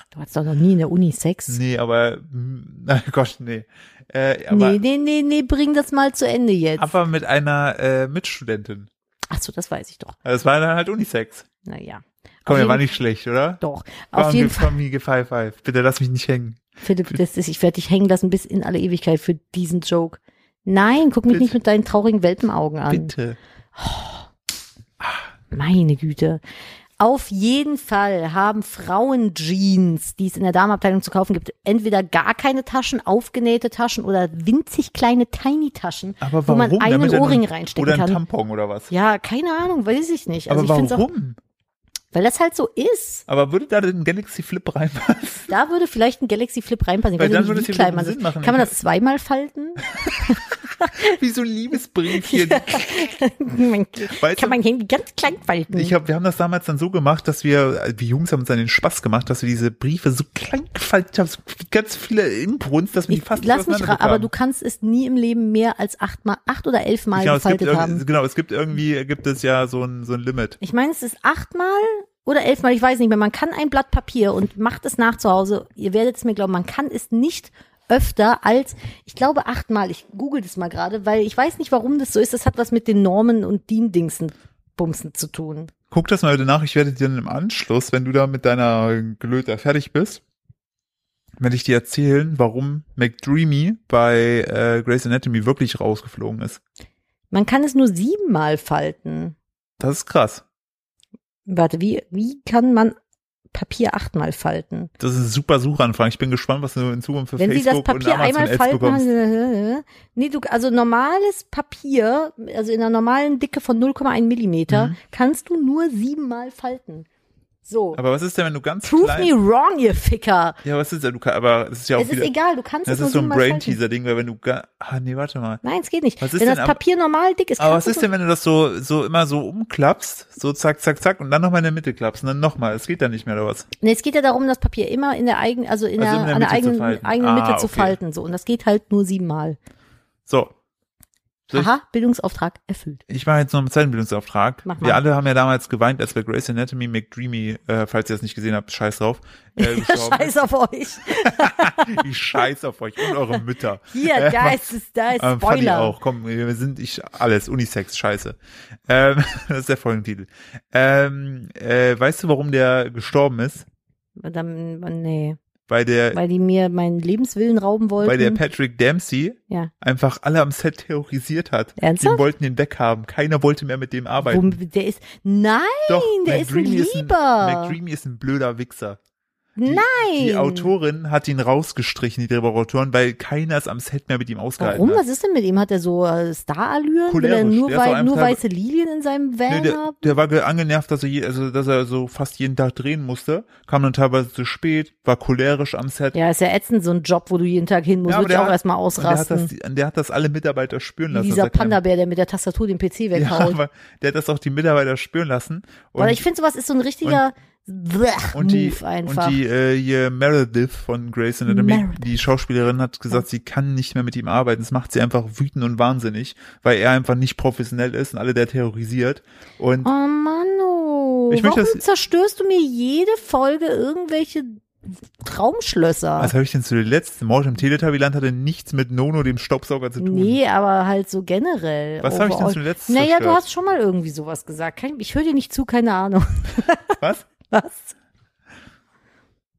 Speaker 2: Du hattest doch noch nie in der Unisex.
Speaker 1: Nee, aber *laughs* nein Gott, nee. Äh, aber,
Speaker 2: Nee, nee, nee, nee, bring das mal zu Ende jetzt.
Speaker 1: aber mit einer äh, Mitstudentin.
Speaker 2: Ach so, das weiß ich doch.
Speaker 1: Also es war dann halt Unisex.
Speaker 2: Naja.
Speaker 1: Komm, er
Speaker 2: jeden-
Speaker 1: war nicht schlecht, oder?
Speaker 2: Doch, auf
Speaker 1: Komm,
Speaker 2: jeden
Speaker 1: gib
Speaker 2: Fall.
Speaker 1: Familie Five Five. Bitte lass mich nicht hängen.
Speaker 2: Philipp, das ist, ich werde dich hängen lassen bis in alle Ewigkeit für diesen Joke. Nein, guck mich
Speaker 1: Bitte.
Speaker 2: nicht mit deinen traurigen Welpenaugen an.
Speaker 1: Bitte.
Speaker 2: Meine Güte. Auf jeden Fall haben Frauenjeans, die es in der Damenabteilung zu kaufen gibt, entweder gar keine Taschen, aufgenähte Taschen oder winzig kleine Tiny-Taschen,
Speaker 1: Aber
Speaker 2: wo
Speaker 1: warum?
Speaker 2: man einen
Speaker 1: Damit er noch-
Speaker 2: Ohrring reinstecken
Speaker 1: Oder ein
Speaker 2: kann.
Speaker 1: Tampon oder was?
Speaker 2: ja, keine Ahnung, weiß ich nicht. Also
Speaker 1: Aber
Speaker 2: ich finde auch,
Speaker 1: warum?
Speaker 2: weil das halt so ist.
Speaker 1: Aber würde da den Galaxy Flip reinpassen?
Speaker 2: Da würde vielleicht ein Galaxy Flip reinpassen. Ich
Speaker 1: Weil
Speaker 2: weiß
Speaker 1: dann
Speaker 2: nicht,
Speaker 1: würde
Speaker 2: wie
Speaker 1: es hier
Speaker 2: klein man
Speaker 1: Sinn
Speaker 2: ist.
Speaker 1: machen.
Speaker 2: Kann man das
Speaker 1: *laughs*
Speaker 2: zweimal falten?
Speaker 1: *laughs*
Speaker 2: *laughs*
Speaker 1: Wie so ein Liebesbriefchen.
Speaker 2: Man-
Speaker 1: Weißt
Speaker 2: kann
Speaker 1: du-
Speaker 2: man Handy ganz klein falten?
Speaker 1: Ich hab, wir haben das damals dann so gemacht, dass wir, äh, die Jungs haben uns dann den Spaß gemacht, dass wir diese Briefe so klein gefaltet haben, so ganz viele Inbrunst, dass wir die
Speaker 2: Ich-
Speaker 1: fast nicht
Speaker 2: lass mich ra-
Speaker 1: auseinanderbekommen.
Speaker 2: aber du kannst es nie im Leben mehr als achtmal, acht oder elfmal
Speaker 1: genau, es gibt,
Speaker 2: gefaltet haben.
Speaker 1: irgendwie- genau, es gibt irgendwie, gibt es ja so ein, so ein Limit.
Speaker 2: Ich meine, es ist achtmal oder elfmal, ich weiß nicht mehr. Man kann ein Blatt Papier und macht es nach zu Hause. Ihr werdet es mir glauben, man kann es nicht öfter als, ich glaube, achtmal. Ich google das mal gerade, weil ich weiß nicht, warum das so ist. Das hat was mit den Normen und DIN-Dingsen. Bumsen zu tun.
Speaker 1: Guck das mal bitte nach, ich werde dir dann im Anschluss, wenn du da mit deiner Glöter fertig bist, werde ich dir erzählen, warum McDreamy bei äh, Grey's Anatomy wirklich rausgeflogen ist.
Speaker 2: Man kann es nur siebenmal falten.
Speaker 1: Das ist krass.
Speaker 2: Warte, wie, wie kann man Papier achtmal falten?
Speaker 1: Das ist ein super Suchanfang. Ich bin gespannt, was du in Zukunft für
Speaker 2: Wenn Sie das
Speaker 1: Facebook
Speaker 2: Papier
Speaker 1: und Amazon
Speaker 2: einmal
Speaker 1: Ads
Speaker 2: falten,
Speaker 1: bekommst.
Speaker 2: haben, *laughs* nee, du, also normales Papier, also in einer normalen Dicke von 0,1 Millimeter,
Speaker 1: Mhm.
Speaker 2: kannst du nur siebenmal falten. So.
Speaker 1: Aber was ist denn, wenn du ganz
Speaker 2: Prove
Speaker 1: klein...
Speaker 2: me wrong, ihr Ficker.
Speaker 1: Ja, was ist denn, du kann, aber es ist ja auch
Speaker 2: Es ist
Speaker 1: wieder...
Speaker 2: egal, du kannst
Speaker 1: das
Speaker 2: es nur
Speaker 1: ist so ein
Speaker 2: siebenmal falten.
Speaker 1: Brain-Teaser-Ding, weil wenn du... ga- Ah, nee, warte mal.
Speaker 2: Nein, es geht nicht.
Speaker 1: Was ist
Speaker 2: Wenn
Speaker 1: denn
Speaker 2: das
Speaker 1: aber-
Speaker 2: Papier normal dick ist,
Speaker 1: Aber
Speaker 2: kannst
Speaker 1: was
Speaker 2: du
Speaker 1: ist denn, wenn du das so, so immer so umklappst, so zack, zack, zack und dann nochmal in der Mitte klappst und dann nochmal, es geht dann nicht mehr oder was?
Speaker 2: Nee, es geht ja darum, das Papier immer in der eigenen, also in
Speaker 1: Also in der
Speaker 2: der, an
Speaker 1: Mitte
Speaker 2: der
Speaker 1: zu
Speaker 2: eigenen,
Speaker 1: falten.
Speaker 2: eigenen
Speaker 1: Ah,
Speaker 2: Mitte zu
Speaker 1: okay.
Speaker 2: falten, so. Und das geht halt nur siebenmal.
Speaker 1: So, Soll ich-
Speaker 2: Aha, Bildungsauftrag erfüllt.
Speaker 1: ich mache jetzt noch einen Zeilenbildungsauftrag.
Speaker 2: Mach mal.
Speaker 1: Wir alle haben ja damals geweint, als bei Grey's Anatomy McDreamy, äh, falls ihr das nicht gesehen habt, scheiß drauf,
Speaker 2: *laughs*
Speaker 1: äh, gestorben
Speaker 2: Scheiß auf euch.
Speaker 1: ist. Ich scheiß auf euch und eure
Speaker 2: *laughs*
Speaker 1: Mütter. *laughs*
Speaker 2: Hier, da ist es, da ist
Speaker 1: Ähm, fand ich
Speaker 2: Spoiler.
Speaker 1: auch. Komm, wir sind ich alles Unisex Scheiße. Ähm, *laughs* das ist der Folgentitel. Ähm, äh, weißt du, warum der gestorben ist?
Speaker 2: Dann, nee,
Speaker 1: Weil der,
Speaker 2: weil die mir meinen Lebenswillen rauben wollten.
Speaker 1: weil der Patrick Dempsey
Speaker 2: ja.
Speaker 1: einfach alle am Set terrorisiert hat.
Speaker 2: Ernsthaft?
Speaker 1: Die wollten ihn weghaben. Keiner wollte mehr mit dem arbeiten.
Speaker 2: Wo, der ist, nein,
Speaker 1: Doch,
Speaker 2: der ist ein
Speaker 1: McDreamy
Speaker 2: Lieber.
Speaker 1: McDreamy ist ein blöder Wichser.
Speaker 2: nein.
Speaker 1: Die Autorin hat ihn rausgestrichen, die Drehbuchautorin, weil keiner es am Set mehr mit ihm ausgehalten
Speaker 2: Warum?
Speaker 1: hat.
Speaker 2: Was ist denn mit ihm? Hat er so äh, Starallüren? Will er
Speaker 1: Cholerisch.
Speaker 2: nur,
Speaker 1: Der ist doch
Speaker 2: wei nur
Speaker 1: einfach-
Speaker 2: weiße Lilien in seinem Van
Speaker 1: Nee, der,
Speaker 2: haben?
Speaker 1: der war ge- angenervt, dass er, je, also, dass er so fast jeden Tag drehen musste, kam dann teilweise zu spät, war cholerisch am Set.
Speaker 2: Ja, ist ja ätzend, so ein Job, wo du jeden Tag hin musst. Würde ich auch erstmal
Speaker 1: und der, hat das,
Speaker 2: ausrasten.
Speaker 1: der hat das alle Mitarbeiter spüren
Speaker 2: Wie
Speaker 1: lassen.
Speaker 2: dieser
Speaker 1: dass er kein-
Speaker 2: Panda-Bär, der mit der Tastatur den
Speaker 1: *laughs*
Speaker 2: PC
Speaker 1: ja,
Speaker 2: weghaut.
Speaker 1: aber der hat das auch die Mitarbeiter spüren lassen. Und,
Speaker 2: Weil ich finde, sowas ist so ein richtiger
Speaker 1: und die,
Speaker 2: Move einfach.
Speaker 1: Und die äh, hier Meredith von Grey's Anatomy,
Speaker 2: Meredith.
Speaker 1: die Schauspielerin, hat gesagt, sie kann nicht mehr mit ihm arbeiten. Das macht sie einfach wütend und wahnsinnig, weil er einfach nicht professionell ist und alle der terrorisiert. Und
Speaker 2: Oh Mann, oh.
Speaker 1: Ich
Speaker 2: warum
Speaker 1: möchte das-
Speaker 2: zerstörst du mir jede Folge irgendwelche Traumschlösser?
Speaker 1: was habe ich denn zu den letzten? Mord im Teletubbyland hatte nichts mit Nono, dem Staubsauger, zu tun.
Speaker 2: nee, aber halt so generell.
Speaker 1: Was habe ich denn
Speaker 2: overall.
Speaker 1: zuletzt
Speaker 2: Naja, du
Speaker 1: zerstört?
Speaker 2: hast schon mal irgendwie sowas gesagt. Kein, ich höre dir nicht zu, keine Ahnung. *laughs*
Speaker 1: Was?
Speaker 2: Was?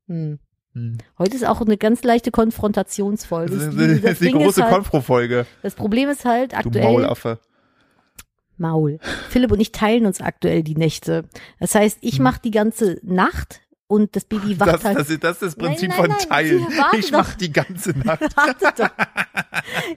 Speaker 2: Hm.
Speaker 1: Hm.
Speaker 2: Heute ist auch eine ganz leichte Konfrontationsfolge.
Speaker 1: Das ist,
Speaker 2: Ich liebe-
Speaker 1: das ist *laughs* die
Speaker 2: Ding
Speaker 1: große
Speaker 2: ist halt,
Speaker 1: Konfro-Folge,
Speaker 2: das Problem ist halt
Speaker 1: du
Speaker 2: aktuell.
Speaker 1: Maulaffe.
Speaker 2: Maul. Philipp und ich teilen uns aktuell die Nächte. Das heißt, ich mache die ganze Nacht und
Speaker 1: *laughs*
Speaker 2: das Baby wacht
Speaker 1: Hm. Das,
Speaker 2: halt.
Speaker 1: das, ist- das ist das
Speaker 2: Nein,
Speaker 1: Prinzip
Speaker 2: nein,
Speaker 1: von
Speaker 2: nein,
Speaker 1: Teilen.
Speaker 2: wir warten
Speaker 1: Ich
Speaker 2: doch.
Speaker 1: mache die ganze
Speaker 2: *laughs*
Speaker 1: Nacht.
Speaker 2: Warte doch.
Speaker 1: *laughs*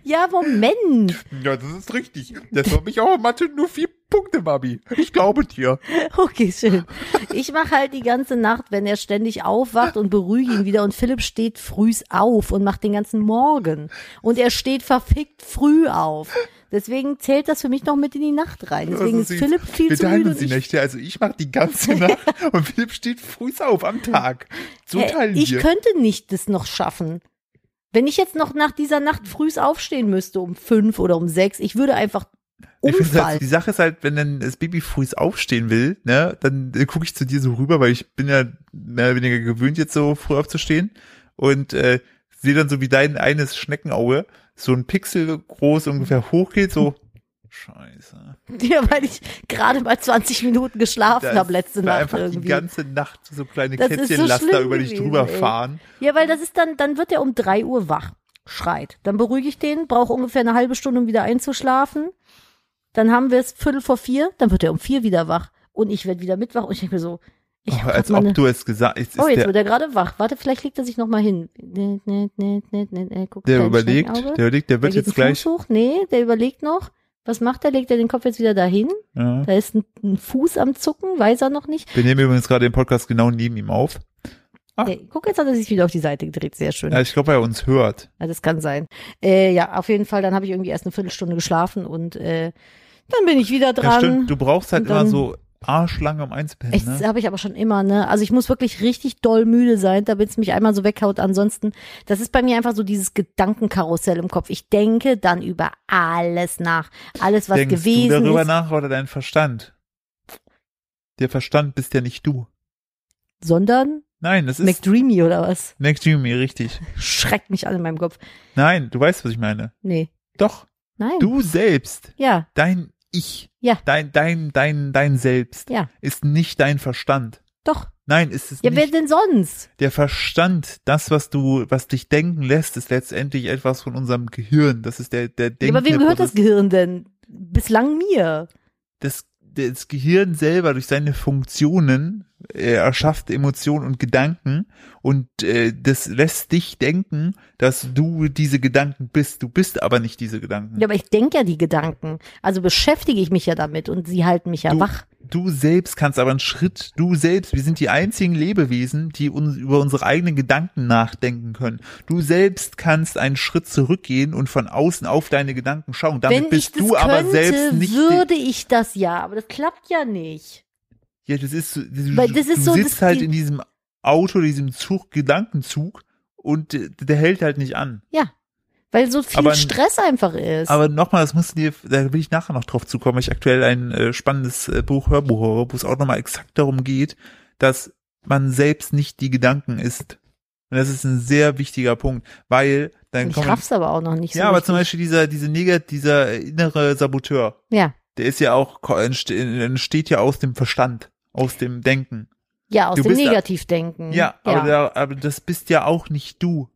Speaker 2: Ja, Moment.
Speaker 1: Ja, das ist richtig. Das war mich auch in Mathe nur vier Punkte, Mami. Ich glaube dir.
Speaker 2: Okay, schön. Ich mache halt die ganze Nacht, wenn er ständig aufwacht und beruhige ihn wieder. Und Philipp steht frühs auf und macht den ganzen Morgen. Und er steht verfickt früh auf. Deswegen zählt das für mich noch mit in die Nacht rein. Deswegen ist
Speaker 1: Das ist
Speaker 2: Philipp
Speaker 1: süß.
Speaker 2: *laughs* viel
Speaker 1: Wir
Speaker 2: zu
Speaker 1: teilen
Speaker 2: müde.
Speaker 1: uns
Speaker 2: und
Speaker 1: die
Speaker 2: ich-
Speaker 1: Nächte. Also ich mache die
Speaker 2: *laughs*
Speaker 1: ganze Nacht und Philipp steht früh auf am Tag. So
Speaker 2: Hä,
Speaker 1: teilen
Speaker 2: ich
Speaker 1: wir.
Speaker 2: könnte nicht das noch schaffen. Wenn ich jetzt noch nach dieser Nacht frühs aufstehen müsste, um fünf oder um sechs, ich würde einfach
Speaker 1: Ich find's halt, die
Speaker 2: umfallen.
Speaker 1: Sache ist halt, wenn dann das Baby früh aufstehen will, ne, dann äh, gucke ich zu dir so rüber, weil ich bin ja mehr oder weniger gewöhnt, jetzt so früh aufzustehen und äh,
Speaker 2: *laughs*
Speaker 1: sehe dann so wie dein eines Schneckenauge so ein Pixel groß ungefähr hochgeht, so Scheiße.
Speaker 2: Ja, weil ich gerade mal 20 Minuten geschlafen habe letzte
Speaker 1: war
Speaker 2: Nacht
Speaker 1: einfach
Speaker 2: irgendwie.
Speaker 1: die ganze Nacht so kleine
Speaker 2: Das ist so
Speaker 1: Kätzchenlaster
Speaker 2: schlimm
Speaker 1: über dich
Speaker 2: gewesen,
Speaker 1: drüber
Speaker 2: ey.
Speaker 1: fahren.
Speaker 2: Ja, weil das ist dann, dann wird er um drei Uhr wach, schreit. Dann beruhige ich den, brauche ungefähr eine halbe Stunde, um wieder einzuschlafen. Dann haben wir es Viertel vor vier, dann wird er um vier wieder wach. Und ich werde wieder mitwach und ich denke mir so, ich hab
Speaker 1: Aber
Speaker 2: grad
Speaker 1: Oh, als
Speaker 2: meine,
Speaker 1: ob du es gesagt hast.
Speaker 2: Oh,
Speaker 1: ist
Speaker 2: jetzt
Speaker 1: der,
Speaker 2: wird er gerade wach. Warte, vielleicht legt er sich noch mal hin. Nee, nee, nee, nee, nee, nee. Guck,
Speaker 1: der
Speaker 2: kleines
Speaker 1: überlegt,
Speaker 2: Schneckenauge.
Speaker 1: der überlegt, der
Speaker 2: Da
Speaker 1: wird
Speaker 2: geht ein
Speaker 1: jetzt gleich.
Speaker 2: Fuß hoch. Nee, der überlegt noch. Was macht er? Legt er den Kopf jetzt wieder dahin?
Speaker 1: Ja.
Speaker 2: Da ist ein, ein Fuß am Zucken, weiß er noch nicht.
Speaker 1: Wir nehmen übrigens gerade den Podcast genau neben ihm auf. Ah.
Speaker 2: Nee, guck, jetzt hat er sich wieder auf die Seite gedreht. Sehr schön.
Speaker 1: Ja, ich glaube, er uns hört.
Speaker 2: Also das kann sein. Äh, ja, auf jeden Fall, dann habe ich irgendwie erst eine Viertelstunde geschlafen und äh, dann bin ich wieder
Speaker 1: Ja,
Speaker 2: dran.
Speaker 1: stimmt. Du brauchst halt
Speaker 2: Und dann-
Speaker 1: immer so arschlange um eins pennen,
Speaker 2: Echt,
Speaker 1: ne?
Speaker 2: das habe ich aber schon immer, ne? Also ich muss wirklich richtig doll müde sein, damit es mich einmal so weghaut. Ansonsten, das ist bei mir einfach so dieses Gedankenkarussell im Kopf. Ich denke dann über alles nach. Alles, was
Speaker 1: Denkst du
Speaker 2: gewesen
Speaker 1: darüber
Speaker 2: ist.
Speaker 1: nach oder dein Verstand? Der Verstand bist ja nicht du.
Speaker 2: Sondern
Speaker 1: Nein, das ist
Speaker 2: McDreamy oder was?
Speaker 1: McDreamy, richtig.
Speaker 2: Schreckt mich an in meinem Kopf.
Speaker 1: Nein, du weißt, was ich meine.
Speaker 2: Nee.
Speaker 1: Doch,
Speaker 2: Nein.
Speaker 1: du selbst,
Speaker 2: Ja,
Speaker 1: dein Ich,
Speaker 2: Ja.
Speaker 1: dein, dein, dein, dein Selbst
Speaker 2: ja,
Speaker 1: ist nicht dein Verstand.
Speaker 2: doch.
Speaker 1: Nein, ist es
Speaker 2: Ja, wer
Speaker 1: nicht.
Speaker 2: denn sonst?
Speaker 1: Der Verstand, das, was du, was dich denken lässt, ist letztendlich etwas von unserem Gehirn. Das ist der, der
Speaker 2: Ja,
Speaker 1: Denken.
Speaker 2: aber wem gehört das Gehirn denn? Bislang mir.
Speaker 1: das, das Gehirn selber durch seine Funktionen äh, erschafft Emotionen und Gedanken und äh, das lässt dich denken, dass du diese Gedanken bist. Du bist aber nicht diese Gedanken.
Speaker 2: Ja, aber ich denke ja die Gedanken. Also beschäftige ich mich ja damit und sie halten mich ja
Speaker 1: Du-
Speaker 2: wach.
Speaker 1: Du selbst kannst aber einen Schritt, du selbst, wir sind die einzigen Lebewesen, die uns über unsere eigenen Gedanken nachdenken können. Du selbst kannst einen Schritt zurückgehen und von außen auf deine Gedanken schauen. Damit
Speaker 2: Wenn ich
Speaker 1: bist
Speaker 2: das
Speaker 1: du aber
Speaker 2: könnte,
Speaker 1: selbst nicht. die-
Speaker 2: würde ich das ja, aber das klappt ja nicht.
Speaker 1: Ja, das ist, so- du,
Speaker 2: Weil das ist
Speaker 1: du
Speaker 2: so,
Speaker 1: sitzt
Speaker 2: das-
Speaker 1: halt
Speaker 2: die-
Speaker 1: in diesem Auto, diesem Zug, Gedankenzug und äh, der hält halt nicht an.
Speaker 2: Weil so viel
Speaker 1: Aber-
Speaker 2: Stress einfach ist.
Speaker 1: Aber nochmal, das musst du dir, da will ich nachher noch drauf zukommen, weil ich aktuell ein äh, spannendes äh, Buch, Hörbuch höre, wo es auch nochmal exakt darum geht, dass man selbst nicht die Gedanken ist. Und das ist ein sehr wichtiger Punkt, weil dann
Speaker 2: ich
Speaker 1: kommen,
Speaker 2: raff's aber auch noch nicht so.
Speaker 1: ja, aber
Speaker 2: richtig.
Speaker 1: zum Beispiel dieser, diese Neger, dieser innere Saboteur,
Speaker 2: ja.
Speaker 1: der ist ja auch, entste- entsteht ja aus dem Verstand, aus dem Denken.
Speaker 2: ja, aus
Speaker 1: Du
Speaker 2: dem
Speaker 1: bist-
Speaker 2: Negativdenken.
Speaker 1: Ja, aber,
Speaker 2: Mhm. ja.
Speaker 1: Da, aber das bist ja auch nicht du.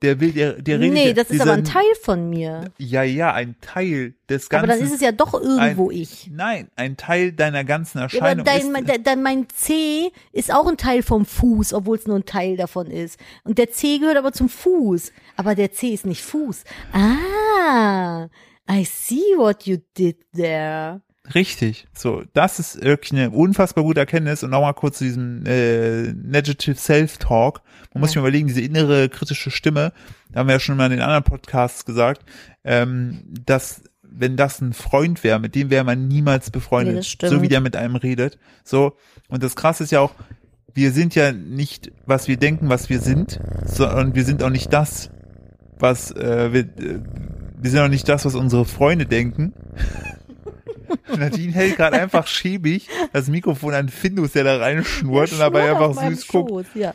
Speaker 1: Der will, der, der redet.
Speaker 2: Nee,
Speaker 1: ja-
Speaker 2: das ist aber ein
Speaker 1: dieser-
Speaker 2: Teil von mir.
Speaker 1: Ja, ja, ein Teil des
Speaker 2: Aber
Speaker 1: Ganzen.
Speaker 2: dann ist es ja doch irgendwo ich.
Speaker 1: Nein, ein Teil deiner ganzen
Speaker 2: Ja, aber
Speaker 1: Erscheinung
Speaker 2: dein,
Speaker 1: ist. äh,
Speaker 2: mein, de- dein, mein C ist auch ein Teil vom Fuß, obwohl es nur ein Teil davon ist. Und der C gehört aber zum Fuß. Aber der C ist nicht Fuß. Ah, I see what you did there.
Speaker 1: richtig. So, das ist wirklich eine unfassbar gute Erkenntnis. Und nochmal kurz zu diesem äh, Negative Self-Talk. Man muss sich
Speaker 2: Ja.
Speaker 1: mal überlegen, diese innere kritische Stimme, da haben wir ja schon mal in den anderen Podcasts gesagt, ähm, dass wenn das ein Freund wäre, mit dem wäre man niemals befreundet,
Speaker 2: Nee, das stimmt.
Speaker 1: so wie der mit einem redet. So, und das krasse ist ja auch, wir sind ja nicht, was wir denken, was wir sind, sondern wir sind auch nicht das, was äh, wir, äh, wir sind auch nicht das, was unsere Freunde
Speaker 2: *laughs*
Speaker 1: denken. Nadine hält gerade einfach schäbig das Mikrofon an Findus, der da reinschnurrt und dabei
Speaker 2: Schnurrt auf
Speaker 1: einfach
Speaker 2: meinem
Speaker 1: süß guckt.
Speaker 2: Schoß, Ja.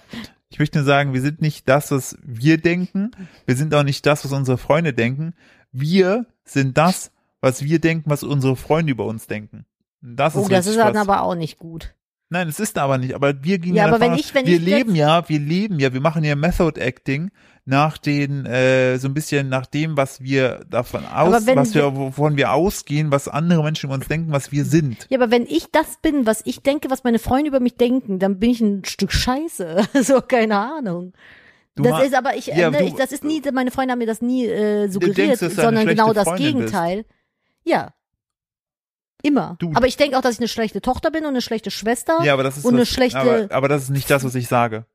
Speaker 1: Ich möchte nur sagen, wir sind nicht das, was wir denken. Wir sind auch nicht das, was unsere Freunde denken. Wir sind das, was wir denken, was unsere Freunde über uns denken. Und Das ist
Speaker 2: Oh, das
Speaker 1: richtig
Speaker 2: ist dann
Speaker 1: krass.
Speaker 2: aber auch nicht gut.
Speaker 1: Nein, es ist aber nicht. Aber wir gehen
Speaker 2: Ja, aber
Speaker 1: davon
Speaker 2: wenn
Speaker 1: aus,
Speaker 2: ich- wenn
Speaker 1: wir
Speaker 2: ich jetzt-
Speaker 1: leben ja, wir leben ja, wir machen ja Method Acting nach den äh, so ein bisschen nach dem, was wir davon aus,
Speaker 2: Aber wenn
Speaker 1: was wir, wovon wir ausgehen, was andere Menschen über uns denken, was wir sind.
Speaker 2: Ja, aber wenn ich das bin, was ich denke, was meine Freunde über mich denken, dann bin ich ein Stück Scheiße. *laughs* So, keine Ahnung.
Speaker 1: Du ma-
Speaker 2: das ist aber, ich,
Speaker 1: Ja,
Speaker 2: ändere-
Speaker 1: du-
Speaker 2: ich, das ist nie, meine Freunde haben mir das nie äh, suggeriert,
Speaker 1: denkst, dass du eine
Speaker 2: sondern
Speaker 1: schlechte
Speaker 2: genau das
Speaker 1: Freundin
Speaker 2: Gegenteil. Ja. Immer.
Speaker 1: Du-
Speaker 2: aber ich denke auch, dass ich eine schlechte Tochter bin und eine schlechte Schwester.
Speaker 1: ja, aber das ist
Speaker 2: und eine
Speaker 1: was,
Speaker 2: schlechte-
Speaker 1: aber, aber das ist nicht das, was ich sage.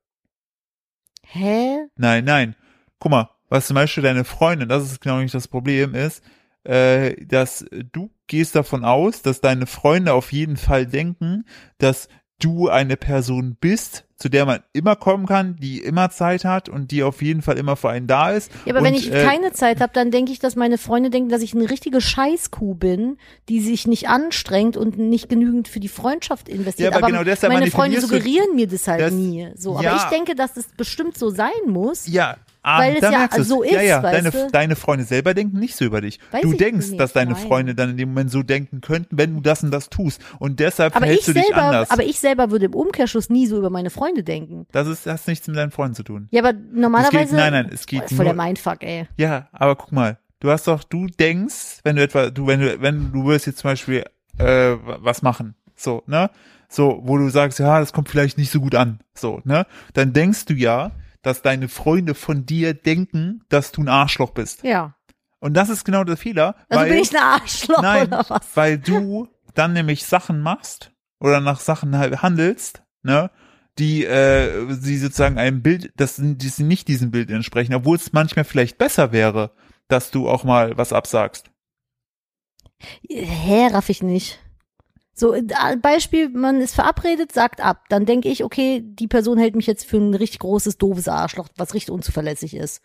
Speaker 2: Hä?
Speaker 1: Nein, nein. Guck mal, was zum Beispiel deine Freundin, das ist genau nicht das Problem, ist, äh, dass du gehst davon aus, dass deine Freunde auf jeden Fall denken, dass du eine Person bist, zu der man immer kommen kann, die immer Zeit hat und die auf jeden Fall immer für einen da ist.
Speaker 2: Ja, aber
Speaker 1: und,
Speaker 2: wenn ich
Speaker 1: äh,
Speaker 2: keine Zeit habe, dann denke ich, dass meine Freunde denken, dass ich eine richtige Scheißkuh bin, die sich nicht anstrengt und nicht genügend für die Freundschaft investiert.
Speaker 1: Ja, aber genau deshalb
Speaker 2: meine Freunde
Speaker 1: manipulierst du-
Speaker 2: suggerieren mir das halt
Speaker 1: Das-
Speaker 2: nie. So, aber
Speaker 1: Ja.
Speaker 2: ich denke, dass es bestimmt so sein muss.
Speaker 1: Ja, Ah,
Speaker 2: weil es
Speaker 1: da
Speaker 2: ja
Speaker 1: merkst du's.
Speaker 2: so ist,
Speaker 1: ja, ja.
Speaker 2: weißt
Speaker 1: deine,
Speaker 2: du?
Speaker 1: deine Freunde selber denken nicht so über dich.
Speaker 2: Weiß
Speaker 1: du
Speaker 2: ich
Speaker 1: denkst,
Speaker 2: nicht,
Speaker 1: dass deine
Speaker 2: nein.
Speaker 1: Freunde dann in dem Moment so denken könnten, wenn du das und das tust. Und deshalb
Speaker 2: Aber ich
Speaker 1: verhältst du dich
Speaker 2: selber,
Speaker 1: anders.
Speaker 2: aber ich selber würde im Umkehrschluss nie so über meine Freunde denken.
Speaker 1: das ist, hat nichts mit deinen Freunden zu tun.
Speaker 2: Ja, aber normalerweise.
Speaker 1: Es geht, nein, nein, es
Speaker 2: Boah,
Speaker 1: geht
Speaker 2: ist voll der
Speaker 1: nur,
Speaker 2: Mindfuck, ey.
Speaker 1: Ja, aber guck mal, du hast doch, du denkst, wenn du etwa, du, wenn du, wenn du würdest jetzt zum Beispiel äh, was machen, so, ne? So, wo du sagst, ja, das kommt vielleicht nicht so gut an, so, ne? Dann denkst du ja, dass deine Freunde von dir denken, dass du ein Arschloch bist.
Speaker 2: Ja.
Speaker 1: Und das ist genau der Fehler,
Speaker 2: Also
Speaker 1: weil,
Speaker 2: bin ich ein Arschloch
Speaker 1: nein,
Speaker 2: oder was?
Speaker 1: weil du dann nämlich Sachen machst oder nach Sachen halt handelst, ne? Die, äh, die sozusagen einem Bild, das, die sie nicht diesem Bild entsprechen, obwohl es manchmal vielleicht besser wäre, dass du auch mal was absagst.
Speaker 2: Hä, raff ich nicht. So, äh, Beispiel, man ist verabredet, sagt ab. Dann denke ich, okay, die Person hält mich jetzt für ein richtig großes, doofes Arschloch, was richtig unzuverlässig ist.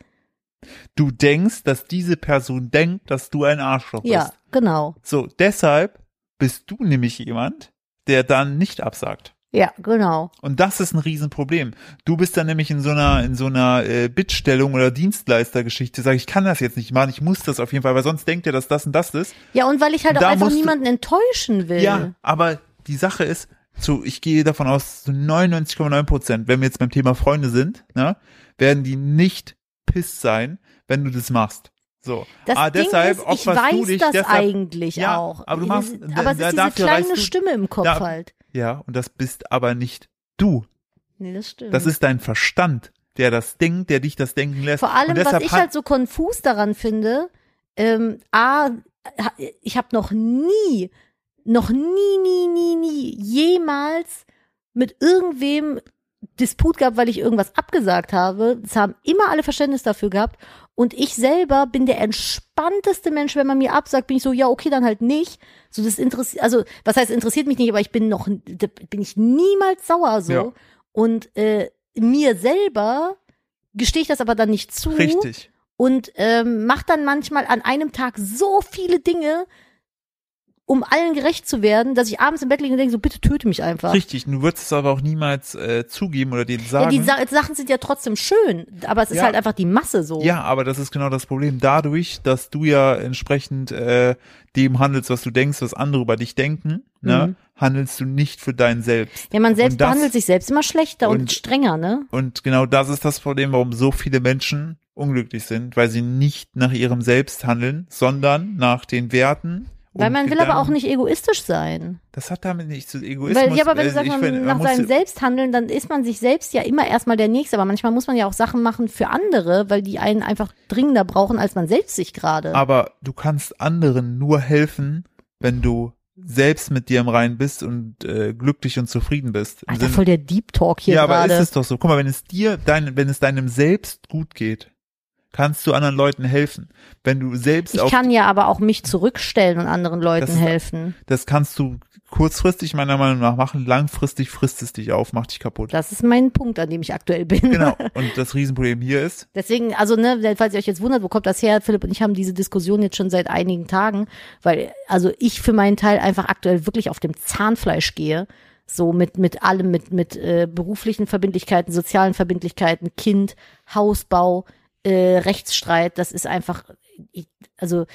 Speaker 1: Du denkst, dass diese Person denkt, dass du ein Arschloch
Speaker 2: Ja,
Speaker 1: bist.
Speaker 2: genau.
Speaker 1: So, deshalb bist du nämlich jemand, der dann nicht absagt.
Speaker 2: Ja, genau.
Speaker 1: Und das ist ein Riesenproblem. Du bist dann nämlich in so einer, in so einer äh, Bittstellung oder Dienstleistergeschichte, sag ich kann das jetzt nicht machen, ich muss das auf jeden Fall, weil sonst denkt er, dass das und das ist.
Speaker 2: Ja, und weil ich halt
Speaker 1: Da
Speaker 2: auch einfach
Speaker 1: musst du-
Speaker 2: niemanden enttäuschen will.
Speaker 1: Ja, aber die Sache ist, zu, ich gehe davon aus, zu 99,9 Prozent, wenn wir jetzt beim Thema Freunde sind, ne, werden die nicht piss sein, wenn du das machst. So.
Speaker 2: Das
Speaker 1: ah,
Speaker 2: Ding
Speaker 1: deshalb
Speaker 2: ist, ich
Speaker 1: opferst
Speaker 2: weiß
Speaker 1: du dich
Speaker 2: das
Speaker 1: deshalb,
Speaker 2: eigentlich
Speaker 1: Ja,
Speaker 2: auch.
Speaker 1: aber du machst-
Speaker 2: aber es
Speaker 1: da-
Speaker 2: ist diese
Speaker 1: dafür reißt
Speaker 2: kleine
Speaker 1: du-
Speaker 2: Stimme im Kopf
Speaker 1: da-
Speaker 2: halt.
Speaker 1: Ja, und das bist aber nicht du.
Speaker 2: Nee, das stimmt.
Speaker 1: Das ist dein Verstand, der das denkt, der dich das denken lässt.
Speaker 2: Vor allem,
Speaker 1: und deshalb
Speaker 2: was ich
Speaker 1: hat-
Speaker 2: halt so konfus daran finde, ähm, A, ha- ich habe noch nie, noch nie, nie, nie, nie jemals mit irgendwem Disput gehabt, weil ich irgendwas abgesagt habe. Es haben immer alle Verständnis dafür gehabt. Und ich selber bin der entspannteste Mensch, wenn man mir absagt, bin ich so, ja, okay, dann halt nicht. So, das interessiert, also, was heißt, interessiert mich nicht, aber ich bin noch, da bin ich niemals sauer so.
Speaker 1: Ja.
Speaker 2: Und äh, mir selber gestehe ich das aber dann nicht zu
Speaker 1: Richtig.
Speaker 2: und ähm, mache dann manchmal an einem Tag so viele Dinge, um allen gerecht zu werden, dass ich abends im Bett liege und denke, so bitte töte mich einfach.
Speaker 1: Richtig, du würdest es aber auch niemals äh, zugeben oder denen
Speaker 2: Ja,
Speaker 1: sagen.
Speaker 2: die Sa Sachen sind ja trotzdem schön, aber es ist
Speaker 1: Ja.
Speaker 2: halt einfach die Masse so.
Speaker 1: Ja, aber das ist genau das Problem. Dadurch, dass du ja entsprechend äh, dem handelst, was du denkst, was andere über dich denken, ne, handelst du nicht für dein Selbst.
Speaker 2: Mhm. Ja, man selbst
Speaker 1: Und das-
Speaker 2: behandelt sich selbst immer schlechter und,
Speaker 1: und-
Speaker 2: strenger, ne?
Speaker 1: Und genau das ist das Problem, warum so viele Menschen unglücklich sind, weil sie nicht nach ihrem Selbst handeln, sondern nach den Werten.
Speaker 2: Weil
Speaker 1: und
Speaker 2: man will aber auch
Speaker 1: Gedanken.
Speaker 2: nicht egoistisch sein.
Speaker 1: Das hat damit nichts zu Egoismus.
Speaker 2: Weil, ja, aber wenn
Speaker 1: äh,
Speaker 2: du sagst,
Speaker 1: ich
Speaker 2: man,
Speaker 1: finde,
Speaker 2: nach
Speaker 1: muss-
Speaker 2: seinem Selbst handeln, dann ist man sich selbst ja immer erstmal der Nächste. Aber manchmal muss man ja auch Sachen machen für andere, weil die einen einfach dringender brauchen, als man selbst sich gerade.
Speaker 1: Aber du kannst anderen nur helfen, wenn du selbst mit dir im Reinen bist und äh, glücklich und zufrieden bist. Im
Speaker 2: Alter,
Speaker 1: Sinne-
Speaker 2: voll der Deep Talk hier
Speaker 1: ja, aber
Speaker 2: gerade.
Speaker 1: ist es doch so. Guck mal, wenn es dir, dein, wenn es deinem selbst gut geht, kannst du anderen Leuten helfen. Wenn du selbst
Speaker 2: Ich
Speaker 1: auf,
Speaker 2: kann ja aber auch mich zurückstellen und anderen Leuten
Speaker 1: ist-
Speaker 2: helfen.
Speaker 1: das kannst du kurzfristig meiner Meinung nach machen, langfristig frisst es dich auf, macht dich kaputt.
Speaker 2: Das ist mein Punkt, an dem ich aktuell bin. *laughs*
Speaker 1: Genau. Und das Riesenproblem hier ist,
Speaker 2: Deswegen, also ne, falls ihr euch jetzt wundert, wo kommt das her? Philipp und ich haben diese Diskussion jetzt schon seit einigen Tagen, weil also ich für meinen Teil einfach aktuell wirklich auf dem Zahnfleisch gehe, so mit mit allem, mit mit äh, beruflichen Verbindlichkeiten, sozialen Verbindlichkeiten, Kind, Hausbau, äh, Rechtsstreit. Das ist einfach, ich, also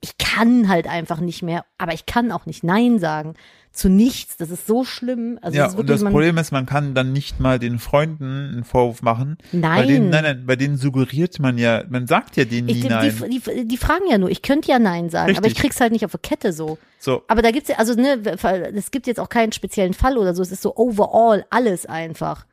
Speaker 2: ich kann halt einfach nicht mehr, aber ich kann auch nicht Nein sagen zu nichts. Das ist so schlimm. Also
Speaker 1: ja,
Speaker 2: es ist
Speaker 1: und
Speaker 2: wirklich,
Speaker 1: das
Speaker 2: man,
Speaker 1: Problem ist, man kann dann nicht mal den Freunden einen Vorwurf machen. Bei
Speaker 2: nein.
Speaker 1: denen, nein, nein, bei denen suggeriert man ja, man sagt ja denen
Speaker 2: Ich,
Speaker 1: nie
Speaker 2: die,
Speaker 1: nein.
Speaker 2: die, die, die fragen ja nur, ich könnte ja Nein sagen, aber ich
Speaker 1: Richtig.
Speaker 2: krieg's halt nicht auf die Kette so.
Speaker 1: so.
Speaker 2: Aber da gibt's ja, also ne, es gibt jetzt auch keinen speziellen Fall oder so, es ist so overall alles einfach.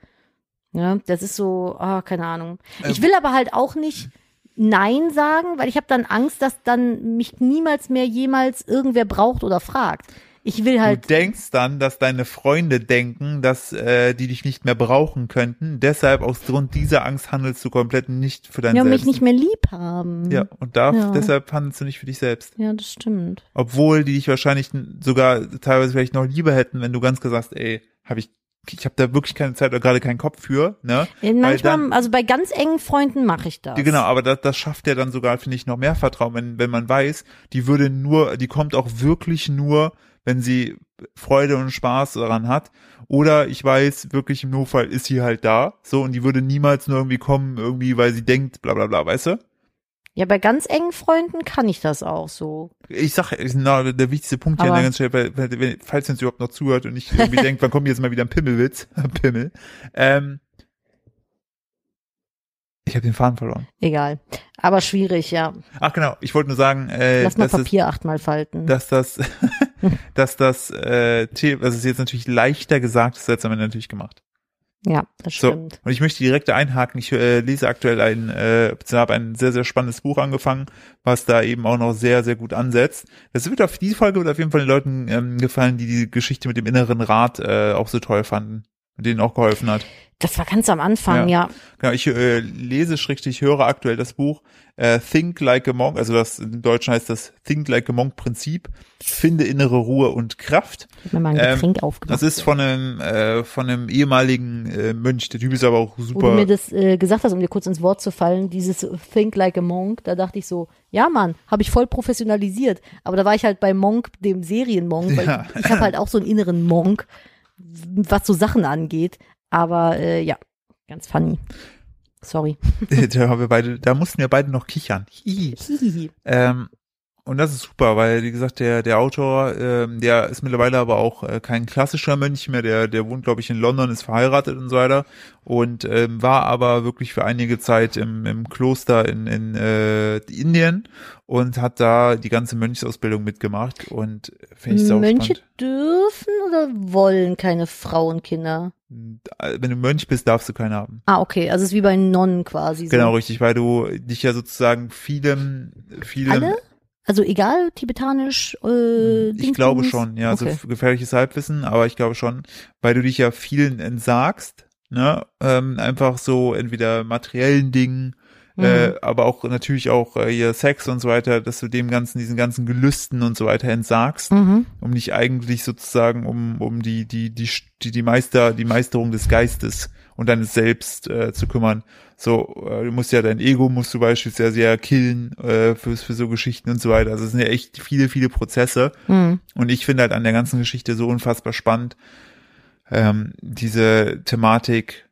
Speaker 2: Ja, das ist so, ah, keine Ahnung. Ich
Speaker 1: Ähm.
Speaker 2: will aber halt auch nicht Nein sagen, weil ich habe dann Angst, dass dann mich niemals mehr jemals irgendwer braucht oder fragt. Ich will halt
Speaker 1: Du denkst dann, dass deine Freunde denken, dass äh, die dich nicht mehr brauchen könnten. Deshalb aus Grund dieser Angst handelst du komplett nicht für dein
Speaker 2: ja, mich
Speaker 1: Selbst.
Speaker 2: nicht mehr lieb haben.
Speaker 1: ja, und darf,
Speaker 2: Ja.
Speaker 1: deshalb handelst du nicht für dich selbst.
Speaker 2: ja, das stimmt.
Speaker 1: Obwohl die dich wahrscheinlich n- sogar teilweise vielleicht noch lieber hätten, wenn du ganz gesagt hast, ey, habe ich ich habe da wirklich keine Zeit oder gerade keinen Kopf für, ne? Weil
Speaker 2: Manchmal,
Speaker 1: dann-
Speaker 2: also bei ganz engen Freunden mache ich das.
Speaker 1: Ja, Genau, aber das, das schafft ja dann sogar, finde ich, noch mehr Vertrauen, wenn, wenn man weiß, die würde nur, die kommt auch wirklich nur, wenn sie Freude und Spaß daran hat. Oder ich weiß, wirklich im Notfall ist sie halt da. So, und die würde niemals nur irgendwie kommen, irgendwie, weil sie denkt, bla bla bla, weißt du?
Speaker 2: Ja, bei ganz engen Freunden kann ich das auch so.
Speaker 1: Ich sag, na, der wichtigste Punkt hier an
Speaker 2: Aber-
Speaker 1: der ganzen Stelle, weil- weil- wenn- falls ihr uns überhaupt noch zuhört und ich
Speaker 2: *laughs*
Speaker 1: irgendwie denkt, wann kommt jetzt mal wieder ein Pimmelwitz? *laughs* Pimmel. Ähm, ich habe den Faden verloren.
Speaker 2: Egal. Aber schwierig, ja.
Speaker 1: Ach genau, ich wollte nur sagen, äh,
Speaker 2: Lass mal
Speaker 1: dass, es,
Speaker 2: Papier achtmal falten.
Speaker 1: dass das, *laughs* dass das, äh, The- dass es jetzt natürlich leichter gesagt ist, als am Ende natürlich gemacht.
Speaker 2: ja, das
Speaker 1: So.
Speaker 2: stimmt.
Speaker 1: Und ich möchte direkt einhaken. Ich äh, lese aktuell ein, äh, habe ein sehr, sehr spannendes Buch angefangen, was da eben auch noch sehr, sehr gut ansetzt. Das wird auf die Folge wird auf jeden Fall den Leuten ähm, gefallen, die die Geschichte mit dem inneren Rat äh, auch so toll fanden und denen auch geholfen hat.
Speaker 2: Das war ganz am Anfang, ja.
Speaker 1: Genau, ich äh, lese schrägstrich höre aktuell das Buch äh, Think Like a Monk, also das in Deutsch heißt das Think Like a Monk Prinzip, finde innere Ruhe und Kraft.
Speaker 2: Ich hab mir mal ein
Speaker 1: Ähm,
Speaker 2: Getränk aufgemacht.
Speaker 1: Das ist von einem äh, von einem ehemaligen äh, Mönch. Der Typ ist aber auch
Speaker 2: Wo du
Speaker 1: super.
Speaker 2: mir das äh, gesagt hast, um dir kurz ins Wort zu fallen, dieses Think like a Monk, da dachte ich so, ja Mann, habe ich voll professionalisiert. Aber da war ich halt bei Monk, dem Serienmonk, weil
Speaker 1: Ja.
Speaker 2: ich, ich habe halt auch so einen inneren Monk, was so Sachen angeht. Aber äh, ja, ganz funny. Sorry.
Speaker 1: *laughs* da, haben wir beide, da mussten wir beide noch kichern. Hihi.
Speaker 2: Hihihi.
Speaker 1: Ähm, und das ist super, weil, wie gesagt, der, der Autor, ähm, der ist mittlerweile aber auch äh, kein klassischer Mönch mehr, der, der wohnt, glaube ich, in London, ist verheiratet und so weiter und ähm, war aber wirklich für einige Zeit im, im Kloster in, in äh, Indien und hat da die ganze Mönchsausbildung mitgemacht und finde ich sau
Speaker 2: Mönche
Speaker 1: spannend.
Speaker 2: dürfen oder wollen keine Frauenkinder?
Speaker 1: Äh, Wenn du Mönch bist, darfst du keinen haben.
Speaker 2: Ah, okay, also es ist wie bei Nonnen quasi. so.
Speaker 1: Genau, richtig, weil du dich ja sozusagen vielem, vielem
Speaker 2: Alle? Also egal, tibetanisch, äh,
Speaker 1: Ich
Speaker 2: Dingsbums?
Speaker 1: glaube schon, ja,
Speaker 2: okay.
Speaker 1: so gefährliches Halbwissen, aber ich glaube schon, weil du dich ja vielen entsagst, ne, ähm, einfach so entweder materiellen Dingen,
Speaker 2: Mhm.
Speaker 1: äh, aber auch natürlich auch äh, ihr Sex und so weiter, dass du dem ganzen, diesen ganzen Gelüsten und so weiter entsagst,
Speaker 2: Mhm.
Speaker 1: um dich eigentlich sozusagen um um die die die die, die Meister die Meisterung des Geistes und deines Selbst äh, zu kümmern. So, äh, du musst ja dein Ego musst du beispielsweise ja killen äh, für für so Geschichten und so weiter. Also es sind ja echt viele viele Prozesse.
Speaker 2: Mhm.
Speaker 1: Und ich finde halt an der ganzen Geschichte so unfassbar spannend, ähm, diese Thematik,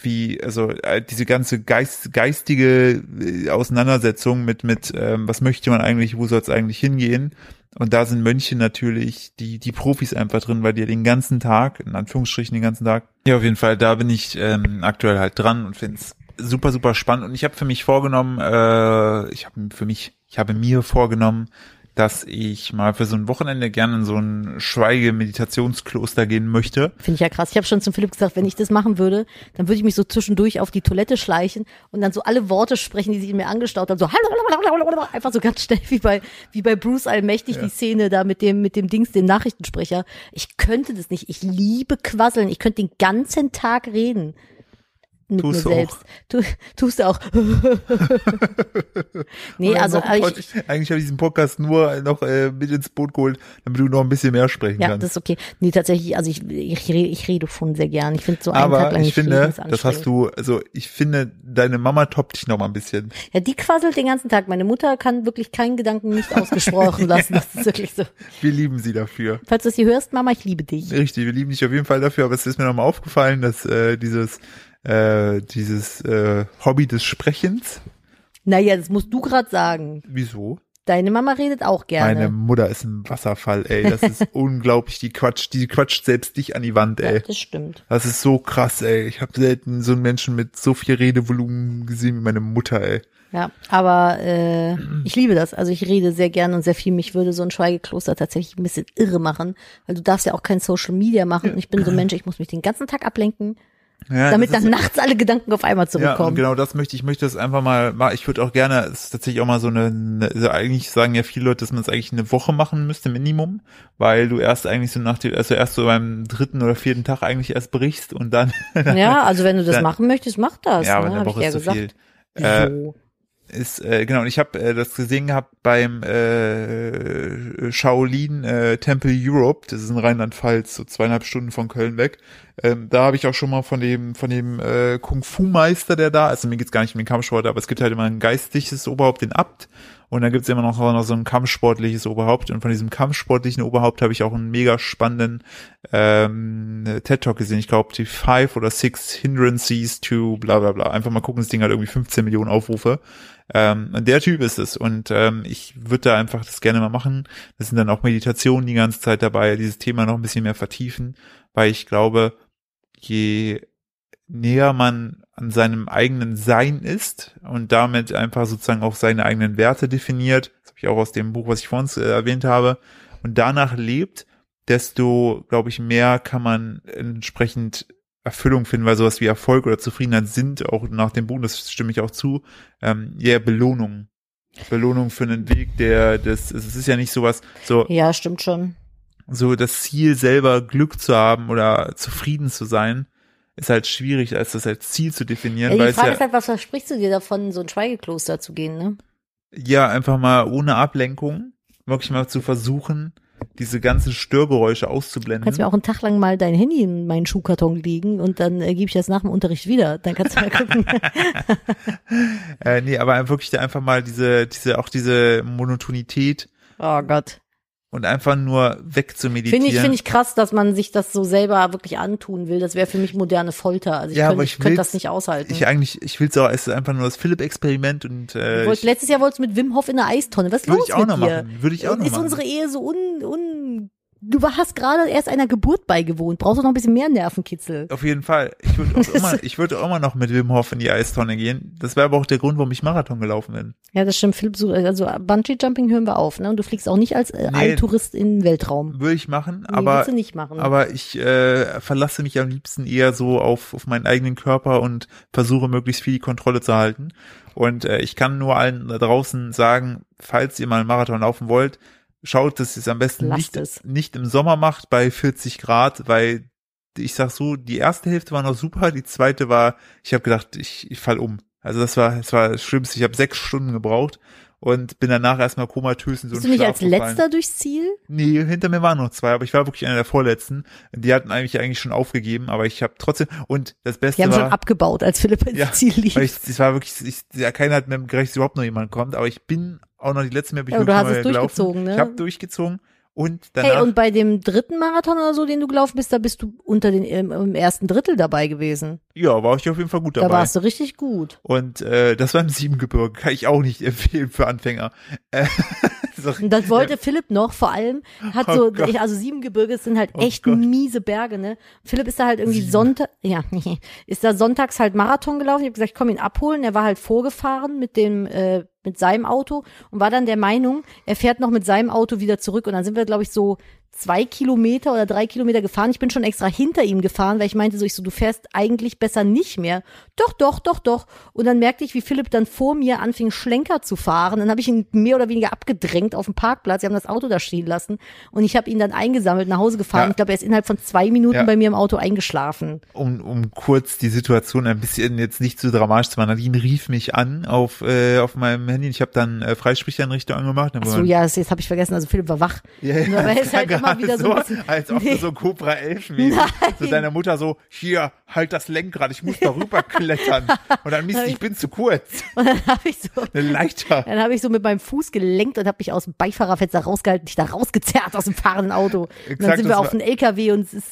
Speaker 1: wie, also äh, diese ganze Geist, geistige äh, Auseinandersetzung mit, mit ähm, was möchte man eigentlich, wo soll es eigentlich hingehen? Und da sind Mönche natürlich die, die Profis einfach drin, weil die den ganzen Tag, in Anführungsstrichen den ganzen Tag. Ja, auf jeden Fall, da bin ich ähm, aktuell halt dran und finde es super, super spannend. Und ich habe für mich vorgenommen, äh, ich habe für mich, ich habe mir vorgenommen, dass ich mal für so ein Wochenende gerne in so ein Schweigemeditationskloster gehen möchte.
Speaker 2: Finde ich ja krass. Ich habe schon zum Philipp gesagt, wenn ich das machen würde, dann würde ich mich so zwischendurch auf die Toilette schleichen und dann so alle Worte sprechen, die sich in mir angestaut haben. So *laughs* einfach so ganz schnell wie bei, wie bei Bruce Allmächtig die Szene da mit dem, mit dem Dings, dem Nachrichtensprecher. Ich könnte das nicht. Ich liebe Quasseln. Ich könnte den ganzen Tag reden. Mit
Speaker 1: Tust
Speaker 2: mir
Speaker 1: du
Speaker 2: selbst. Tu,
Speaker 1: *laughs*
Speaker 2: tust du auch. nee, also
Speaker 1: Noch ein
Speaker 2: ich,
Speaker 1: Pod- eigentlich habe ich diesen Podcast nur noch äh, mit ins Boot geholt, damit du noch ein bisschen mehr sprechen
Speaker 2: Ja,
Speaker 1: kannst.
Speaker 2: das ist okay. Nee, tatsächlich, also ich, ich, re- ich rede schon sehr gern. Ich finde so einen Tag
Speaker 1: Aber
Speaker 2: lang
Speaker 1: ich
Speaker 2: nicht reden
Speaker 1: finde,
Speaker 2: ist
Speaker 1: das hast du, also ich finde, deine Mama toppt dich noch mal ein bisschen.
Speaker 2: Ja, die quasselt den ganzen Tag. Meine Mutter kann wirklich keinen Gedanken
Speaker 1: *laughs*
Speaker 2: nicht ausgesprochen lassen. Das ist wirklich so.
Speaker 1: Wir lieben sie dafür.
Speaker 2: Falls du es hier hörst, Mama, ich liebe dich.
Speaker 1: Richtig, wir lieben dich auf jeden Fall dafür, aber es ist mir nochmal aufgefallen, dass äh, dieses, äh, dieses äh, Hobby des Sprechens.
Speaker 2: Naja, das musst du gerade sagen.
Speaker 1: Wieso?
Speaker 2: Deine Mama redet auch
Speaker 1: Meine
Speaker 2: gerne.
Speaker 1: Mutter ist ein Wasserfall, ey. Das
Speaker 2: *laughs*
Speaker 1: ist unglaublich. Die quatscht, die quatscht selbst dich an die Wand,
Speaker 2: ja,
Speaker 1: ey.
Speaker 2: das stimmt.
Speaker 1: Das ist so krass, ey. Ich habe selten so einen Menschen mit so viel Redevolumen gesehen wie meine Mutter, ey.
Speaker 2: Ja, aber
Speaker 1: *clears throat*
Speaker 2: äh, ich liebe das. Also ich rede sehr gern und sehr viel. Mich würde so ein Schweigekloster tatsächlich ein bisschen irre machen, weil du darfst ja auch kein Social Media machen. Und ich bin so ein Mensch, ich muss mich den ganzen Tag ablenken,
Speaker 1: Ja,
Speaker 2: damit
Speaker 1: das
Speaker 2: dann
Speaker 1: ist-
Speaker 2: nachts alle Gedanken auf einmal
Speaker 1: ja, und
Speaker 2: zurückkommen.
Speaker 1: genau das möchte ich, ich möchte das einfach mal machen. Ich würde auch gerne, es ist tatsächlich auch mal so eine, eine also eigentlich sagen ja viele Leute, dass man es eigentlich eine Woche machen müsste, Minimum, weil du erst eigentlich so nach dem, also erst so beim dritten oder vierten Tag eigentlich erst brichst und dann,
Speaker 2: Ja, also wenn du das
Speaker 1: genau. Ja.
Speaker 2: machen möchtest, mach das.
Speaker 1: ja, aber
Speaker 2: ne?
Speaker 1: eine
Speaker 2: Hab ich
Speaker 1: Woche
Speaker 2: dir
Speaker 1: ist zu
Speaker 2: gesagt.
Speaker 1: viel. Äh,
Speaker 2: so.
Speaker 1: ist äh, genau und ich habe äh, das gesehen gehabt beim äh, Shaolin äh, Temple Europe das ist in Rheinland-Pfalz so zweieinhalb Stunden von Köln weg Ähm, da habe ich auch schon mal von dem, von dem äh, Kung-Fu-Meister, der da, also mir geht's gar nicht um den Kampfsport, aber es gibt halt immer ein geistiges Oberhaupt, den Abt, und dann gibt's immer noch, noch so ein kampfsportliches Oberhaupt. Und von diesem kampfsportlichen Oberhaupt habe ich auch einen mega spannenden ähm, TED-Talk gesehen. Ich glaube, die Five oder Six Hindrances to bla bla bla. Einfach mal gucken, das Ding hat irgendwie 15 Millionen Aufrufe. Ähm, und der Typ ist es. Und ähm, ich würde da einfach das gerne mal machen. Das sind dann auch Meditationen die ganze Zeit dabei, dieses Thema noch ein bisschen mehr vertiefen, weil ich glaube, je näher man an seinem eigenen Sein ist und damit einfach sozusagen auch seine eigenen Werte definiert, das habe ich auch aus dem Buch, was ich vorhin äh, erwähnt habe, und danach lebt, desto, glaube ich, mehr kann man entsprechend Erfüllung finden, weil sowas wie Erfolg oder Zufriedenheit sind auch nach dem Buch, das stimme ich auch zu, ähm, eher Belohnung. Belohnung für einen Weg, der, das, es ist ja nicht sowas, so,
Speaker 2: Ja, stimmt schon.
Speaker 1: so das Ziel selber Glück zu haben oder zufrieden zu sein, ist halt schwierig, als das als Ziel zu definieren,
Speaker 2: Ja,
Speaker 1: weil
Speaker 2: die
Speaker 1: es
Speaker 2: Frage
Speaker 1: ja,
Speaker 2: ist halt, was versprichst du dir davon, in so ein Schweigekloster zu gehen, ne?
Speaker 1: ja einfach mal ohne Ablenkung wirklich mal zu versuchen, diese ganzen Störgeräusche
Speaker 2: Du kannst mir
Speaker 1: auszublenden.
Speaker 2: auch einen Tag lang mal dein Handy in meinen Schuhkarton legen und dann äh, gebe ich das nach dem Unterricht wieder. Dann kannst du
Speaker 1: *laughs*
Speaker 2: mal gucken.
Speaker 1: Äh, nee, aber einfach wirklich da einfach mal diese, diese, auch diese Monotonität
Speaker 2: oh Gott.
Speaker 1: und einfach nur wegzumeditieren.
Speaker 2: Finde ich, finde ich krass, dass man sich das so selber wirklich antun will. Das wäre für mich moderne Folter. Also ich
Speaker 1: Ja,
Speaker 2: könnte
Speaker 1: aber
Speaker 2: ich
Speaker 1: ich
Speaker 2: könnte
Speaker 1: will's-
Speaker 2: das nicht aushalten.
Speaker 1: Ich eigentlich, ich will's auch, es ist einfach nur das Philipp-Experiment und äh,
Speaker 2: Wollt,
Speaker 1: ich,
Speaker 2: letztes Jahr wolltest du mit Wim Hof in der Eistonne. Was ist
Speaker 1: würde
Speaker 2: los
Speaker 1: ich auch
Speaker 2: mit
Speaker 1: noch
Speaker 2: dir? Äh,
Speaker 1: machen. Würde ich auch noch
Speaker 2: ist
Speaker 1: machen.
Speaker 2: unsere Ehe so un, un Du hast gerade erst einer Geburt beigewohnt. Brauchst du noch ein bisschen mehr Nervenkitzel?
Speaker 1: Auf jeden Fall. Ich würde
Speaker 2: *laughs*
Speaker 1: auch immer, ich würde auch immer noch mit Wim Hof in die Eistonne gehen. Das wäre aber auch der Grund, warum ich Marathon gelaufen bin.
Speaker 2: Ja, das stimmt. Philipp, sucht- also Bungee Jumping hören wir auf, ne? Und du fliegst auch nicht als äh,
Speaker 1: Nee.
Speaker 2: ein Tourist in den Weltraum.
Speaker 1: Würde ich machen,
Speaker 2: Nee,
Speaker 1: aber
Speaker 2: willst du nicht machen.
Speaker 1: aber ich äh, verlasse mich am liebsten eher so auf auf meinen eigenen Körper und versuche möglichst viel die Kontrolle zu halten. Und äh, ich kann nur allen da draußen sagen, falls ihr mal einen Marathon laufen wollt, schaut, dass ihr es am besten
Speaker 2: Lasst
Speaker 1: nicht
Speaker 2: es.
Speaker 1: nicht im Sommer macht bei 40 Grad, weil ich sag so, die erste Hälfte war noch super, die zweite war, ich habe gedacht, ich, ich fall um. Also das war, das war das Schlimmste. Ich habe sechs Stunden gebraucht und bin danach erstmal komatös in so
Speaker 2: Bist du
Speaker 1: einen
Speaker 2: nicht
Speaker 1: Schlaf
Speaker 2: als
Speaker 1: gefallen.
Speaker 2: letzter durchs Ziel?
Speaker 1: Nee, hinter mir waren noch zwei, aber ich war wirklich einer der vorletzten. Die hatten eigentlich eigentlich schon aufgegeben, aber ich habe trotzdem und das Beste
Speaker 2: Die haben
Speaker 1: war,
Speaker 2: schon abgebaut, als Philipp ins
Speaker 1: Ja,
Speaker 2: Ziel lief.
Speaker 1: weil ich, es war wirklich, ich, ja, keiner hat mir gerechnet, dass überhaupt noch jemand kommt, aber ich bin auch noch die letzten Mal bin ich
Speaker 2: Ja, aber du
Speaker 1: wirklich
Speaker 2: hast
Speaker 1: mal
Speaker 2: es
Speaker 1: gelaufen.
Speaker 2: durchgezogen, ne?
Speaker 1: Ich habe durchgezogen und danach
Speaker 2: Hey, und bei dem dritten Marathon oder so, den du gelaufen bist, da bist du unter den im, im ersten Drittel dabei gewesen.
Speaker 1: ja, war ich auf jeden Fall gut
Speaker 2: Da
Speaker 1: dabei.
Speaker 2: warst du richtig gut.
Speaker 1: Und äh, das war im Siebengebirge, kann ich auch nicht *laughs* empfehlen für Anfänger. Äh, *laughs* so-
Speaker 2: Und das wollte Philipp noch, vor allem hat
Speaker 1: Oh
Speaker 2: so,
Speaker 1: Gott.
Speaker 2: ich- also Siebengebirge sind halt
Speaker 1: Oh
Speaker 2: echt
Speaker 1: Gott.
Speaker 2: miese Berge, ne? Philipp ist da halt irgendwie Sonntag, ja, ist da sonntags halt Marathon gelaufen. Ich habe gesagt, ich komm ihn abholen. Er war halt vorgefahren mit dem, äh, mit seinem Auto und war dann der Meinung, er fährt noch mit seinem Auto wieder zurück. Und dann sind wir, glaube ich, so zwei Kilometer oder drei Kilometer gefahren. Ich bin schon extra hinter ihm gefahren, weil ich meinte so, ich so, du fährst eigentlich besser nicht mehr. Doch, doch, doch, doch. Und dann merkte ich, wie Philipp dann vor mir anfing, Schlenker zu fahren. Dann habe ich ihn mehr oder weniger abgedrängt auf dem Parkplatz. Sie haben das Auto da stehen lassen. Und ich habe ihn dann eingesammelt, nach Hause gefahren.
Speaker 1: Ja.
Speaker 2: Ich glaube, er ist innerhalb von zwei Minuten
Speaker 1: Ja.
Speaker 2: bei mir im Auto eingeschlafen.
Speaker 1: um, um kurz die Situation ein bisschen jetzt nicht zu dramatisch zu machen. Nadine rief mich an auf, äh, auf meinem Handy. Ich habe dann äh, Freisprecheinrichtung angemacht. Dann
Speaker 2: Ach so, ja, das- jetzt habe ich vergessen. Also Philipp war wach.
Speaker 1: Ja, ja,
Speaker 2: Nur
Speaker 1: *laughs*
Speaker 2: weil
Speaker 1: das
Speaker 2: es
Speaker 1: klang
Speaker 2: halt immer
Speaker 1: gerade
Speaker 2: wieder so ein bisschen-
Speaker 1: als ob
Speaker 2: *laughs* Nee.
Speaker 1: du so Cobra 11 mäßig zu deiner Mutter so, hier, halt das Lenkrad, ich muss
Speaker 2: *laughs*
Speaker 1: darüber klettern. Und dann, Mist, ich bin zu kurz.
Speaker 2: Und dann habe ich so
Speaker 1: Eine Leiter.
Speaker 2: Dann habe ich so mit meinem Fuß gelenkt und habe mich aus dem Beifahrerfenster rausgehalten, dich da rausgezerrt aus dem fahrenden Auto. und dann
Speaker 1: Exakt,
Speaker 2: sind
Speaker 1: das
Speaker 2: wir auf
Speaker 1: war-
Speaker 2: den LKW und es ist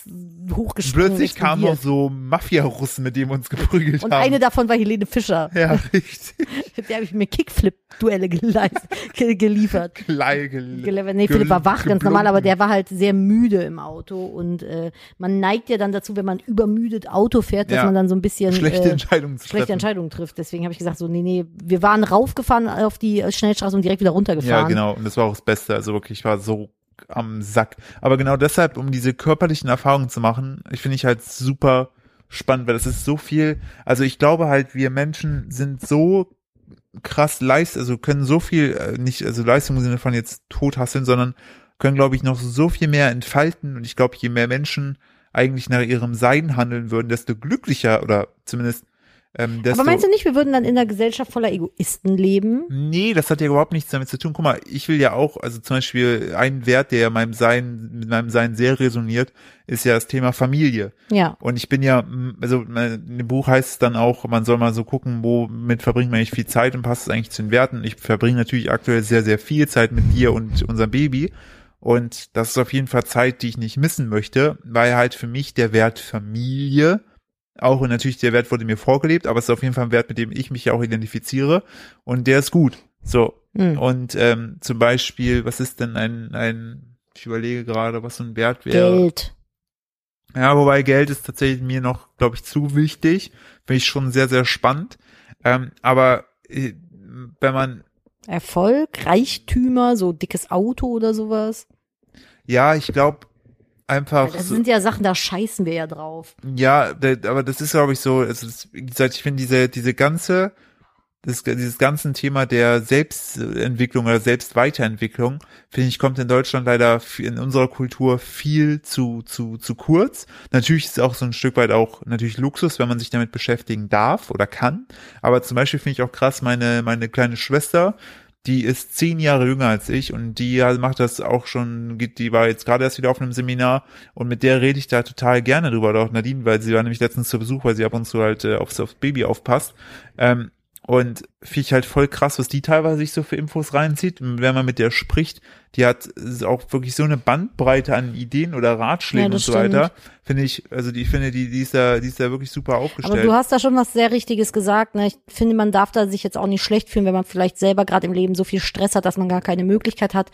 Speaker 2: hochgesprungen.
Speaker 1: Plötzlich kamen auch
Speaker 2: explodiert.
Speaker 1: so Mafia-Russen, mit denen wir uns geprügelt
Speaker 2: Und
Speaker 1: haben.
Speaker 2: eine davon war
Speaker 1: *laughs*
Speaker 2: Helene Fischer.
Speaker 1: ja, richtig.
Speaker 2: Mit der habe ich mir Kickflip-Duelle geleist- ge- geliefert.
Speaker 1: Klei gel-
Speaker 2: Gelever- Nee,
Speaker 1: gel-
Speaker 2: Philipp war wach, ganz normal,
Speaker 1: geblunken.
Speaker 2: aber der war halt sehr müde im Auto und äh, man neigt ja dann dazu, wenn man übermüdet Auto fährt, dass
Speaker 1: Ja.
Speaker 2: man dann so ein bisschen
Speaker 1: Schlechte
Speaker 2: äh,
Speaker 1: Entscheidungen zu
Speaker 2: schlechte
Speaker 1: treffen.
Speaker 2: Entscheidungen trifft. Deswegen habe ich gesagt, so, nee, nee, wir waren raufgefahren auf die äh, Schnellstraße und direkt wieder runtergefahren.
Speaker 1: Ja, genau. Und das war auch das Beste. Also wirklich, ich war so am Sack. Aber genau deshalb, um diese körperlichen Erfahrungen zu machen, ich finde ich halt super spannend, weil das ist so viel. Also ich glaube halt, wir Menschen sind so krass leist, also können so viel, äh, nicht, also Leistung im Sinne von jetzt tothasseln, sondern können, glaube ich, noch so viel mehr entfalten. Und ich glaube, je mehr Menschen eigentlich nach ihrem Sein handeln würden, desto glücklicher oder zumindest Ähm,
Speaker 2: Aber
Speaker 1: desto-
Speaker 2: meinst du nicht, wir würden dann in einer Gesellschaft voller Egoisten leben?
Speaker 1: Nee, das hat ja überhaupt nichts damit zu tun. Guck mal, ich will ja auch, also zum Beispiel ein Wert, der meinem Sein, mit meinem Sein sehr resoniert, ist ja das Thema Familie.
Speaker 2: Ja.
Speaker 1: Und ich bin ja, mm, also mein- im Buch heißt es dann auch, man soll mal so gucken, womit verbringt man eigentlich viel Zeit und passt es eigentlich zu den Werten. Ich verbringe natürlich aktuell sehr, sehr viel Zeit mit dir und unserem Baby. Und das ist auf jeden Fall Zeit, die ich nicht missen möchte, weil halt für mich der Wert Familie, auch und natürlich der Wert wurde mir vorgelebt, aber es ist auf jeden Fall ein Wert, mit dem ich mich ja auch identifiziere und der ist gut. So,
Speaker 2: Hm.
Speaker 1: und ähm, zum Beispiel, was ist denn ein, ein, ich überlege gerade, was so ein Wert wäre.
Speaker 2: Geld.
Speaker 1: Ja, wobei Geld ist tatsächlich mir noch, glaube ich, zu wichtig. Finde ich schon sehr, sehr spannend. Ähm, aber äh, wenn man,
Speaker 2: Erfolg, Reichtümer, so dickes Auto oder sowas.
Speaker 1: ja, ich glaube einfach.
Speaker 2: Das
Speaker 1: so-
Speaker 2: sind ja Sachen, da scheißen wir ja drauf.
Speaker 1: Ja, da- aber das ist, glaube ich, so, also, das- wie gesagt, ich finde diese, diese ganze, das, dieses ganzen Thema der Selbstentwicklung oder Selbstweiterentwicklung, finde ich, kommt in Deutschland leider f- in unserer Kultur viel zu, zu, zu kurz. Natürlich ist es auch so ein Stück weit auch natürlich Luxus, wenn man sich damit beschäftigen darf oder kann. Aber zum Beispiel finde ich auch krass, meine, meine kleine Schwester, die ist zehn Jahre jünger als ich und die macht das auch schon, geht- die war jetzt gerade erst wieder auf einem Seminar und mit der rede ich da total gerne drüber, oder auch Nadine, weil sie war nämlich letztens zu Besuch, weil sie ab und zu halt äh, aufs, aufs Baby aufpasst. Ähm, und finde ich halt voll krass, was die teilweise sich so für Infos reinzieht. Und wenn man mit der spricht, die hat äh, auch wirklich so eine Bandbreite an Ideen oder Ratschlägen
Speaker 2: Ja,
Speaker 1: und
Speaker 2: das
Speaker 1: so weiter. Finde ich, also die ich finde, die, die ist da, die ist da wirklich super aufgestellt.
Speaker 2: Aber du hast halt- da schon was sehr Richtiges gesagt. Ne? Ich finde, man darf da sich jetzt auch nicht schlecht fühlen, wenn man vielleicht selber gerade im Leben so viel Stress hat, dass man gar keine Möglichkeit hat,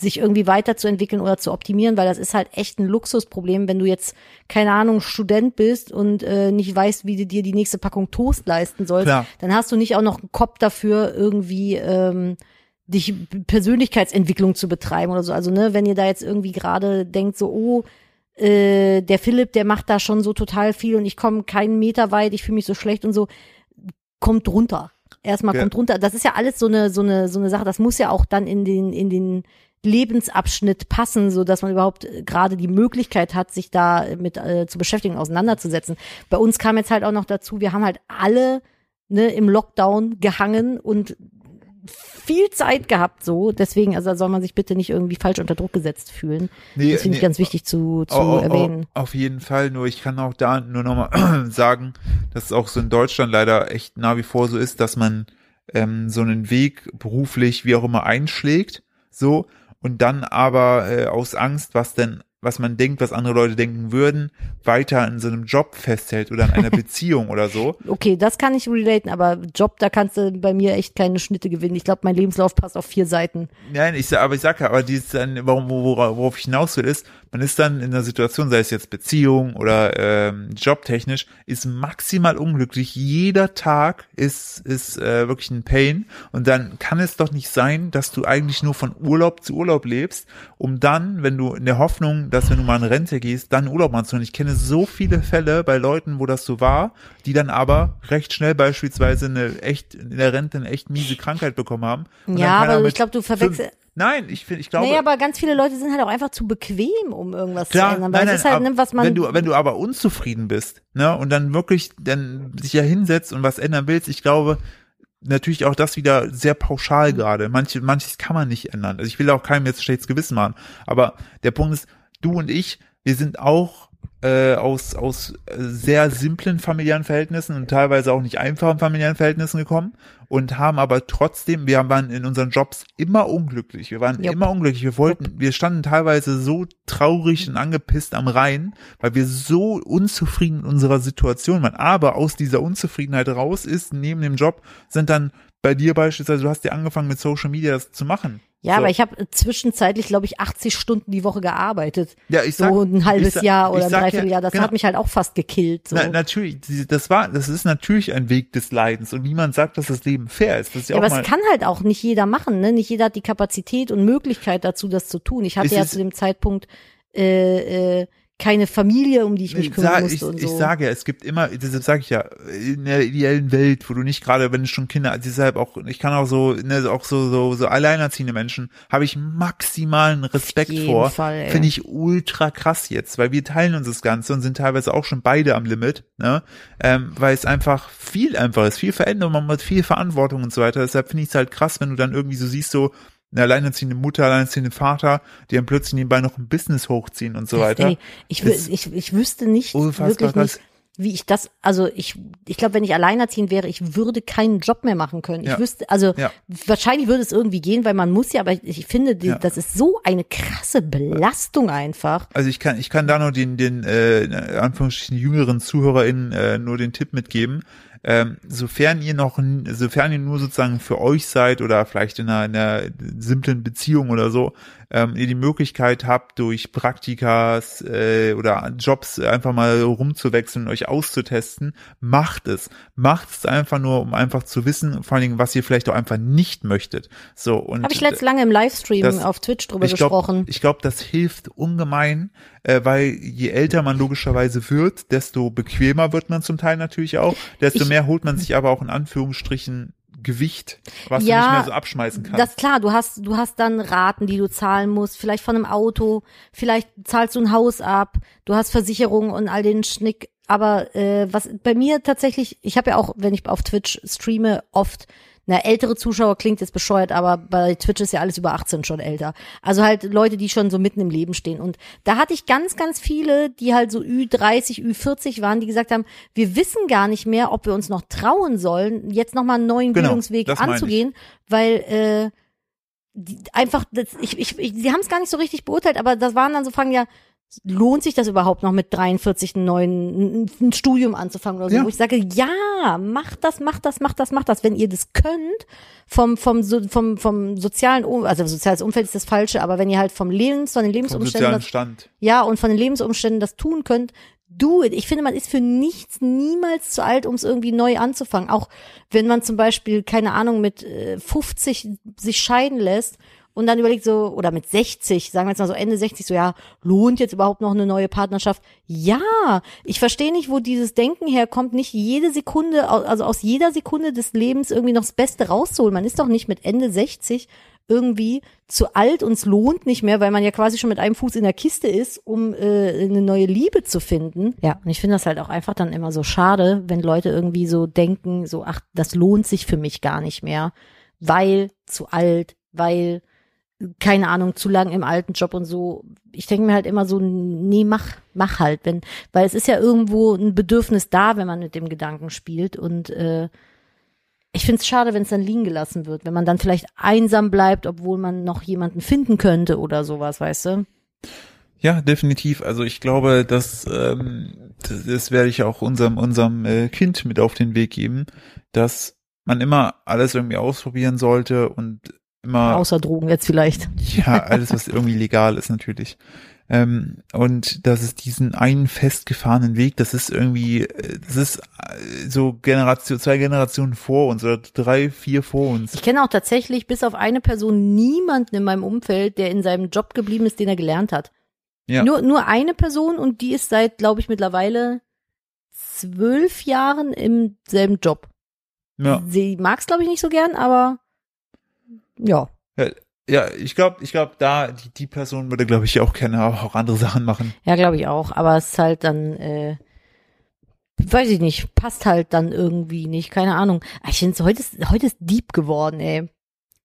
Speaker 2: sich irgendwie weiterzuentwickeln oder zu optimieren, weil das ist halt echt ein Luxusproblem, wenn du jetzt, keine Ahnung, Student bist und äh, nicht weißt, wie du dir die nächste Packung Toast leisten sollst,
Speaker 1: Klar.
Speaker 2: dann hast du nicht auch noch einen Kopf dafür, irgendwie ähm, dich Persönlichkeitsentwicklung zu betreiben oder so. Also, ne, wenn ihr da jetzt irgendwie gerade denkt, so, oh, äh, der Philipp, der macht da schon so total viel und ich komme keinen Meter weit, ich fühle mich so schlecht und so, kommt runter. Erstmal
Speaker 1: Ja.
Speaker 2: kommt runter. Das ist ja alles so eine, so eine, so eine Sache, das muss ja auch dann in den, in den Lebensabschnitt passen, so dass man überhaupt äh, gerade die Möglichkeit hat, sich da äh, mit äh, zu beschäftigen, auseinanderzusetzen. Bei uns kam jetzt halt auch noch dazu, wir haben halt alle ne, im Lockdown gehangen und viel Zeit gehabt so. Deswegen, also da soll man sich bitte nicht irgendwie falsch unter Druck gesetzt fühlen.
Speaker 1: Nee,
Speaker 2: das finde
Speaker 1: nee.
Speaker 2: ich ganz wichtig zu, zu erwähnen.
Speaker 1: auf jeden Fall, nur ich kann auch da nur nochmal *clears throat* sagen, dass es auch so in Deutschland leider echt nach wie vor so ist, dass man ähm, so einen Weg beruflich wie auch immer einschlägt, so, und dann aber äh, aus Angst, was denn, was man denkt, was andere Leute denken würden, weiter in so einem Job festhält oder in
Speaker 2: *laughs*
Speaker 1: einer Beziehung oder so.
Speaker 2: Okay, das kann ich relaten, aber Job, da kannst du bei mir echt keine Schnitte gewinnen. Ich glaube, mein Lebenslauf passt auf vier Seiten.
Speaker 1: Nein, ich sa- aber ich sag ja, aber dieses dann, warum, wo- wora- worauf ich hinaus will, ist, man ist dann in einer Situation, sei es jetzt Beziehung oder ähm, jobtechnisch, ist maximal unglücklich. Jeder Tag ist, ist äh, wirklich ein Pain. Und dann kann es doch nicht sein, dass du eigentlich nur von Urlaub zu Urlaub lebst, um dann, wenn du in der Hoffnung, dass wenn du mal in Rente gehst, dann Urlaub machst. Und ich kenne so viele Fälle bei Leuten, wo das so war, die dann aber recht schnell beispielsweise eine echt, in der Rente eine echt miese Krankheit bekommen haben. Und
Speaker 2: Ja,
Speaker 1: dann kann er
Speaker 2: aber
Speaker 1: mit
Speaker 2: ich glaub, du verwechsel-
Speaker 1: fünf- Nein, ich, find- ich glaube.
Speaker 2: Naja, aber ganz viele Leute sind halt auch einfach zu bequem, um irgendwas
Speaker 1: Klar,
Speaker 2: zu ändern. Weil
Speaker 1: nein, nein,
Speaker 2: es ist halt,
Speaker 1: aber
Speaker 2: ne, was man.
Speaker 1: wenn du wenn du aber unzufrieden bist, ne, und dann wirklich dann dich ja hinsetzt und was ändern willst, ich glaube natürlich auch das wieder sehr pauschal
Speaker 2: Mhm.
Speaker 1: gerade. Manche manches kann man nicht ändern. Also ich will auch keinem jetzt schlechtes Gewissen machen, aber der Punkt ist, du und ich, wir sind auch äh, aus aus äh, sehr simplen familiären Verhältnissen und teilweise auch nicht einfachen familiären Verhältnissen gekommen und haben aber trotzdem, wir waren in unseren Jobs immer unglücklich. Wir waren
Speaker 2: Jupp.
Speaker 1: immer unglücklich. Wir wollten, wir standen teilweise so traurig und angepisst am Rhein, weil wir so unzufrieden in unserer Situation waren. Aber aus dieser Unzufriedenheit raus ist, neben dem Job, sind dann bei dir beispielsweise, du hast ja angefangen mit Social Media das zu machen.
Speaker 2: ja,
Speaker 1: So.
Speaker 2: aber ich habe zwischenzeitlich, glaube ich, 80 Stunden die Woche gearbeitet.
Speaker 1: ja, ich sag,
Speaker 2: so ein halbes
Speaker 1: ich sag-
Speaker 2: Jahr oder
Speaker 1: ich
Speaker 2: ein
Speaker 1: sag ja-
Speaker 2: Dreivierteljahr. Das
Speaker 1: genau.
Speaker 2: hat mich halt auch fast gekillt. So.
Speaker 1: Na, natürlich, diese- das war, das ist natürlich ein Weg des Leidens und niemand sagt, dass das Leben fair ist. Das ist ja,
Speaker 2: Ja, aber
Speaker 1: auch mal,
Speaker 2: es kann halt auch nicht jeder machen, ne? Nicht jeder hat die Kapazität und Möglichkeit dazu, das zu tun. Ich hatte
Speaker 1: Es
Speaker 2: ja
Speaker 1: ist-
Speaker 2: zu dem Zeitpunkt äh, äh, keine Familie, um die ich mich
Speaker 1: Ich,
Speaker 2: kümmern
Speaker 1: sag,
Speaker 2: musste
Speaker 1: ich,
Speaker 2: und so.
Speaker 1: ich sage ja, es gibt immer, deshalb sage ich ja, in der ideellen Welt, wo du nicht gerade, wenn es schon Kinder, deshalb auch, ich kann auch so, ne, auch so, so, so alleinerziehende Menschen, habe ich maximalen Respekt
Speaker 2: jeden
Speaker 1: vor.
Speaker 2: Fall, ey.
Speaker 1: Finde ich ultra krass jetzt, weil wir teilen uns das Ganze und sind teilweise auch schon beide am Limit, ne, ähm, weil es einfach viel einfach ist, viel Veränderung, man hat viel Verantwortung und so weiter. Deshalb finde ich es halt krass, wenn du dann irgendwie so siehst, so, eine alleinerziehende Mutter, alleinerziehende Vater, die dann plötzlich nebenbei noch ein Business hochziehen und so weiter.
Speaker 2: Ey, ich, wü-
Speaker 1: Ist
Speaker 2: ich, ich wüsste nicht,
Speaker 1: unfassbar
Speaker 2: wirklich
Speaker 1: krass.
Speaker 2: nicht, wie ich das, also ich, ich glaube, wenn ich alleinerziehend wäre, ich würde keinen Job mehr machen können.
Speaker 1: Ja.
Speaker 2: Ich wüsste, also
Speaker 1: Ja.
Speaker 2: wahrscheinlich würde es irgendwie gehen, weil man muss ja, aber ich, ich finde, die,
Speaker 1: Ja.
Speaker 2: das ist so eine krasse Belastung einfach.
Speaker 1: Also ich kann, ich kann da nur den, den äh, in Anführungsstrichen jüngeren ZuhörerInnen äh, nur den Tipp mitgeben. Ähm, sofern ihr noch, n- sofern ihr nur sozusagen für euch seid oder vielleicht in einer, in einer simplen Beziehung oder so, ähm, ihr die Möglichkeit habt, durch Praktikas äh, oder Jobs einfach mal rumzuwechseln, euch auszutesten, macht es. Macht es einfach nur, um einfach zu wissen, vor allen Dingen, was ihr vielleicht auch einfach nicht möchtet. So und äh,
Speaker 2: Habe ich letzt lange im Livestream
Speaker 1: das-
Speaker 2: auf Twitch drüber
Speaker 1: glaub-
Speaker 2: gesprochen.
Speaker 1: Ich glaube, das hilft ungemein, äh, weil je älter man logischerweise wird, desto bequemer wird man zum Teil natürlich auch, desto
Speaker 2: Ich-
Speaker 1: mehr holt man sich aber auch in Anführungsstrichen Gewicht, was
Speaker 2: Ja,
Speaker 1: du nicht mehr so abschmeißen kannst.
Speaker 2: Das klar, du hast, du hast dann Raten, die du zahlen musst, vielleicht von einem Auto, vielleicht zahlst du ein Haus ab, du hast Versicherungen und all den Schnick. Aber äh, was bei mir tatsächlich, ich habe ja auch, wenn ich auf Twitch streame, oft na, ältere Zuschauer klingt jetzt bescheuert, aber bei Twitch ist ja alles über 18 schon älter. Also halt Leute, die schon so mitten im Leben stehen. Und da hatte ich ganz, ganz viele, die halt so Ü30, Ü40 waren, die gesagt haben, wir wissen gar nicht mehr, ob wir uns noch trauen sollen, jetzt nochmal einen neuen
Speaker 1: Genau,
Speaker 2: Bildungsweg
Speaker 1: das meine ich.
Speaker 2: anzugehen, weil äh, die, einfach, das, ich, ich, ich, sie haben es gar nicht so richtig beurteilt, aber das waren dann so Fragen, ja, lohnt sich das überhaupt noch mit 43 einen neuen, ein- ein Studium anzufangen oder so,
Speaker 1: Ja.
Speaker 2: wo ich sage, ja, macht das, macht das, macht das, macht das, wenn ihr das könnt, vom, vom, so- vom, vom sozialen, Um- also soziales Umfeld ist das Falsche, aber wenn ihr halt vom Lebens, von den
Speaker 1: vom
Speaker 2: Lebensumständen
Speaker 1: sozialen
Speaker 2: das
Speaker 1: Stand.
Speaker 2: ja, und von den Lebensumständen das tun könnt, do it. Ich finde, man ist für nichts niemals zu alt, um es irgendwie neu anzufangen. Auch wenn man zum Beispiel, keine Ahnung, mit äh, 50 sich scheiden lässt und dann überlegt so, oder mit 60, sagen wir jetzt mal so Ende 60, so ja, lohnt jetzt überhaupt noch eine neue Partnerschaft? Ja, ich verstehe nicht, wo dieses Denken herkommt, nicht jede Sekunde, au- also aus jeder Sekunde des Lebens irgendwie noch das Beste rauszuholen. Man ist doch nicht mit Ende 60 irgendwie zu alt und es lohnt nicht mehr, weil man ja quasi schon mit einem Fuß in der Kiste ist, um äh, eine neue Liebe zu finden. Ja, und ich finde das halt auch einfach dann immer so schade, wenn Leute irgendwie so denken, so, ach, das lohnt sich für mich gar nicht mehr, weil zu alt, weil, keine Ahnung, zu lang im alten Job und so. Ich denke mir halt immer so, nee, mach, mach halt, wenn, weil es ist ja irgendwo ein Bedürfnis da, wenn man mit dem Gedanken spielt und äh, ich finde es schade, wenn es dann liegen gelassen wird, wenn man dann vielleicht einsam bleibt, obwohl man noch jemanden finden könnte oder sowas, weißt du?
Speaker 1: Ja, definitiv. Also ich glaube, dass ähm, das, das werde ich auch unserem unserem äh, Kind mit auf den Weg geben, dass man immer alles irgendwie ausprobieren sollte und immer
Speaker 2: Außer Drogen jetzt vielleicht.
Speaker 1: Ja, alles, was irgendwie legal ist, natürlich. Ähm, und dass es diesen einen festgefahrenen Weg, das ist irgendwie, äh, das ist äh, so Generation, zwei Generationen vor uns oder drei, vier vor uns.
Speaker 2: Ich kenne auch tatsächlich bis auf eine Person niemanden in meinem Umfeld, der in seinem Job geblieben ist, den er gelernt hat.
Speaker 1: Ja.
Speaker 2: Nur, nur eine Person und die ist seit, glaube ich, mittlerweile zwölf Jahren im selben Job.
Speaker 1: Ja,
Speaker 2: Sie mag es, glaube ich, nicht so gern, aber ja.
Speaker 1: ja ich glaube, ich glaube, da, die, die Person würde, glaube ich, auch gerne aber auch andere Sachen machen.
Speaker 2: Ja, glaube ich auch. Aber es ist halt dann, äh, weiß ich nicht, passt halt dann irgendwie nicht. Keine Ahnung. Ah, Ich finde, heute ist, heute ist deep geworden, ey.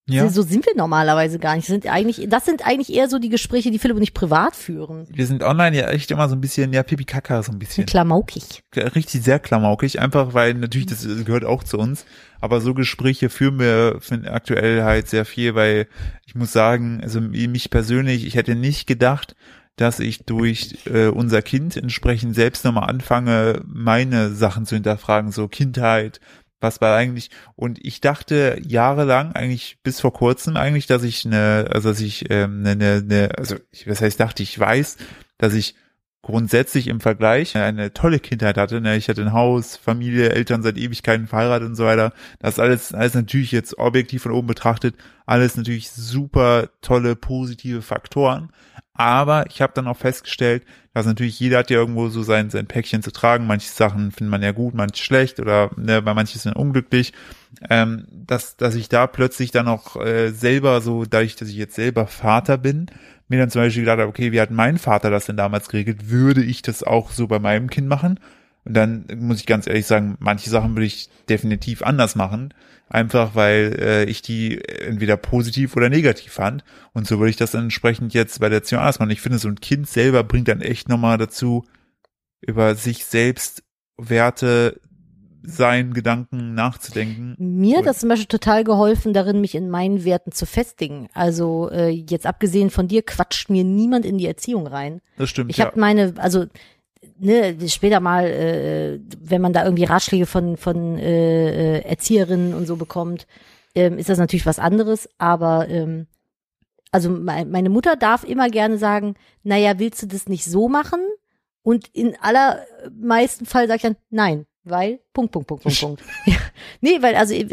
Speaker 1: Ja.
Speaker 2: So sind wir normalerweise gar nicht. Sind eigentlich, das sind eigentlich eher so die Gespräche, die Philipp und ich privat führen.
Speaker 1: Wir sind online ja echt immer so ein bisschen, ja, pipi kaka so ein bisschen.
Speaker 2: Klamaukig.
Speaker 1: äh, richtig sehr klamaukig, einfach weil natürlich das gehört auch zu uns, aber so Gespräche führen wir find, aktuell halt sehr viel, weil ich muss sagen, also mich persönlich, ich hätte nicht gedacht, dass ich durch äh, unser Kind entsprechend selbst nochmal anfange, meine Sachen zu hinterfragen, so Kindheit, was war eigentlich und ich dachte jahrelang eigentlich bis vor kurzem eigentlich, dass ich eine, also dass ich ähm, eine, eine, eine also ich, was heißt dachte ich weiß, dass ich grundsätzlich im Vergleich eine tolle Kindheit hatte. Ne? Ich hatte ein Haus, Familie, Eltern seit Ewigkeiten verheiratet und so weiter. Das alles, alles natürlich jetzt objektiv von oben betrachtet, alles natürlich super tolle positive Faktoren. Aber ich habe dann auch festgestellt, dass natürlich jeder hat ja irgendwo so sein, sein Päckchen zu tragen. Manche Sachen findet man ja gut, manche schlecht oder ne, bei manchen sind unglücklich. Ähm, dass, dass ich da plötzlich dann auch äh, selber so, dadurch, dass ich jetzt selber Vater bin, mir dann zum Beispiel gedacht habe, okay, wie hat mein Vater das denn damals geregelt? Würde ich das auch so bei meinem Kind machen? Und dann muss ich ganz ehrlich sagen, manche Sachen würde ich definitiv anders machen, einfach weil äh, ich die entweder positiv oder negativ fand. Und so würde ich das entsprechend jetzt bei der Erziehung anders machen. Ich finde, so ein Kind selber bringt dann echt nochmal dazu, über sich selbst Werte, seinen Gedanken nachzudenken.
Speaker 2: Mir hat das zum Beispiel total geholfen, darin mich in meinen Werten zu festigen. Also äh, jetzt abgesehen von dir quatscht mir niemand in die Erziehung rein.
Speaker 1: Das stimmt.
Speaker 2: Ich habe meine, also ne, später mal, äh, wenn man da irgendwie Ratschläge von, von äh, Erzieherinnen und so bekommt, ähm, ist das natürlich was anderes, aber ähm, also me meine Mutter darf immer gerne sagen, naja, willst du das nicht so machen? Und in allermeisten Fall sage ich dann, nein, weil Punkt, Punkt, Punkt,
Speaker 1: *laughs*
Speaker 2: Punkt, Punkt. ja. Nee, weil also ich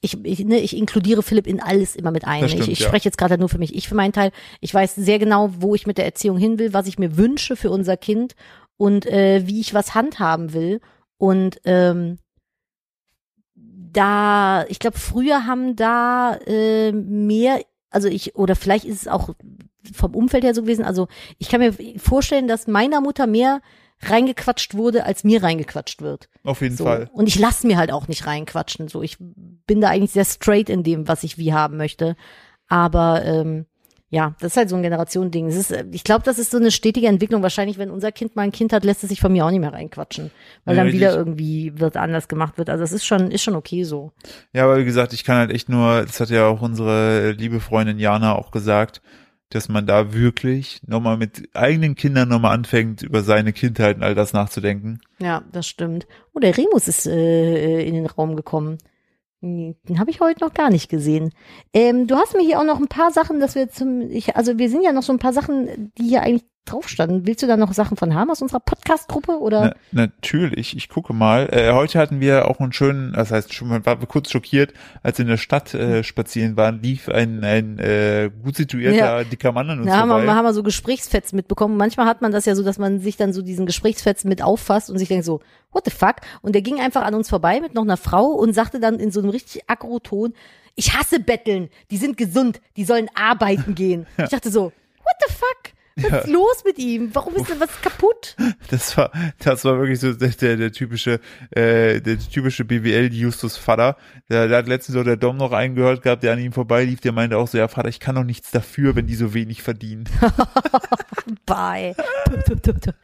Speaker 2: ich, ich, ne, ich inkludiere Philipp in alles immer mit ein.
Speaker 1: Das stimmt,
Speaker 2: ich ich
Speaker 1: ja.
Speaker 2: spreche jetzt gerade nur für mich. Ich für meinen Teil, ich weiß sehr genau, wo ich mit der Erziehung hin will, was ich mir wünsche für unser Kind und äh, wie ich was handhaben will. Und ähm, da, ich glaube, früher haben da äh, mehr, also ich, oder vielleicht ist es auch vom Umfeld her so gewesen, also ich kann mir vorstellen, dass meiner Mutter mehr reingequatscht wurde, als mir reingequatscht wird.
Speaker 1: Auf jeden
Speaker 2: So.
Speaker 1: Fall.
Speaker 2: Und ich lasse mir halt auch nicht reinquatschen. So, ich bin da eigentlich sehr straight in dem, was ich wie haben möchte. Aber ähm, ja, das ist halt so ein Generationending. Es ist, äh, ich glaube, das ist so eine stetige Entwicklung. Wahrscheinlich, wenn unser Kind mal ein Kind hat, lässt es sich von mir auch nicht mehr reinquatschen, weil
Speaker 1: Ja,
Speaker 2: dann wieder
Speaker 1: richtig.
Speaker 2: irgendwie wird anders gemacht wird. Also es ist schon, ist schon okay so.
Speaker 1: Ja, aber wie gesagt, ich kann halt echt nur, das hat ja auch unsere liebe Freundin Jana auch gesagt, dass man da wirklich nochmal mit eigenen Kindern nochmal anfängt, über seine Kindheit und all das nachzudenken.
Speaker 2: Ja, das stimmt. Oh, der Remus ist äh, in den Raum gekommen. Nee, Den habe ich heute noch gar nicht gesehen. Ähm, du hast mir hier auch noch ein paar Sachen, dass wir zum, ich, also wir sind ja noch so ein paar Sachen, die hier eigentlich drauf standen. Willst du da noch Sachen von haben aus unserer Podcast-Gruppe oder?
Speaker 1: Na, natürlich, ich gucke mal. Äh, heute hatten wir auch einen schönen, das heißt, schon mal war kurz schockiert, als wir in der Stadt äh, spazieren waren, lief ein, ein äh, gut situierter dicker Mann an uns
Speaker 2: Da haben wir,
Speaker 1: vorbei.
Speaker 2: haben wir so Gesprächsfetzen mitbekommen. Manchmal hat man das ja so, dass man sich dann so diesen Gesprächsfetzen mit auffasst und sich denkt so, what the fuck? Und der ging einfach an uns vorbei mit noch einer Frau und sagte dann in so einem richtig Aggro-Ton, ich hasse Betteln, die sind gesund, die sollen arbeiten gehen. Ich dachte so, what the fuck? Was ist los mit ihm? Warum ist denn was kaputt?
Speaker 1: Das war, das war wirklich so der, der, der typische, äh, der typische BWL Justus Vater. Da, da hat letztens so der Dom noch einen gehört gehabt, der an ihm vorbeilief, der meinte auch so, ja Vater, ich kann doch nichts dafür, wenn die so wenig
Speaker 2: *laughs*
Speaker 1: verdienen.
Speaker 2: Bye. *laughs* Tup, tup, tup, tup.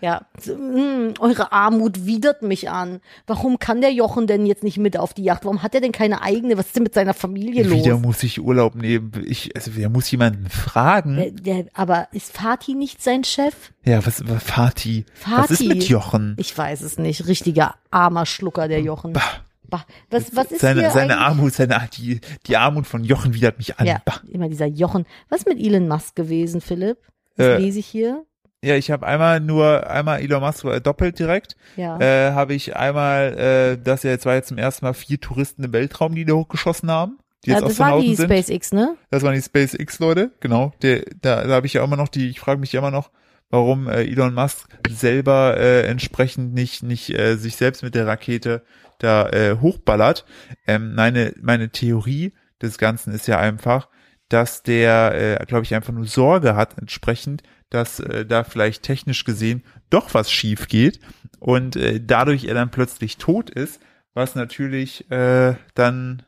Speaker 2: Ja, so, mm, eure Armut widert mich an. Warum kann der Jochen denn jetzt nicht mit auf die Yacht? Warum hat er denn keine eigene? Was ist denn mit seiner Familie los?
Speaker 1: Wieder muss ich Urlaub nehmen. Ich, also, wer muss jemanden
Speaker 2: Der,
Speaker 1: fragen?
Speaker 2: Äh, der, aber ist Fatih nicht sein Chef?
Speaker 1: Ja, was, was Fatih? Was ist
Speaker 2: Fatih.
Speaker 1: mit Jochen?
Speaker 2: Ich weiß es nicht. Richtiger armer Schlucker, der Jochen.
Speaker 1: Bah.
Speaker 2: Bah. Was, was ist
Speaker 1: seine,
Speaker 2: hier
Speaker 1: seine
Speaker 2: eigentlich?
Speaker 1: Armut, seine, die, die Armut von Jochen widert mich an.
Speaker 2: Ja,
Speaker 1: Bah.
Speaker 2: immer dieser Jochen. Was ist mit Elon Musk gewesen, Philipp? Das
Speaker 1: Äh.
Speaker 2: lese ich hier.
Speaker 1: Ja, ich habe einmal nur einmal Elon Musk äh, doppelt direkt.
Speaker 2: Ja.
Speaker 1: Äh, habe ich einmal, äh, dass ja jetzt war jetzt zum ersten Mal vier Touristen im Weltraum, die da hochgeschossen haben, die
Speaker 2: ja,
Speaker 1: jetzt
Speaker 2: Äh, das war die
Speaker 1: Astronauten sind.
Speaker 2: SpaceX, ne?
Speaker 1: Das waren die SpaceX-Leute, genau. Der, da da habe ich ja immer noch die, ich frage mich ja immer noch, warum äh, Elon Musk selber äh, entsprechend nicht, nicht äh, sich selbst mit der Rakete da äh, hochballert. Ähm, meine, meine Theorie des Ganzen ist ja einfach, dass der, äh, glaube ich, einfach nur Sorge hat entsprechend, dass äh, da vielleicht technisch gesehen doch was schief geht und äh, dadurch er dann plötzlich tot ist, was natürlich äh, dann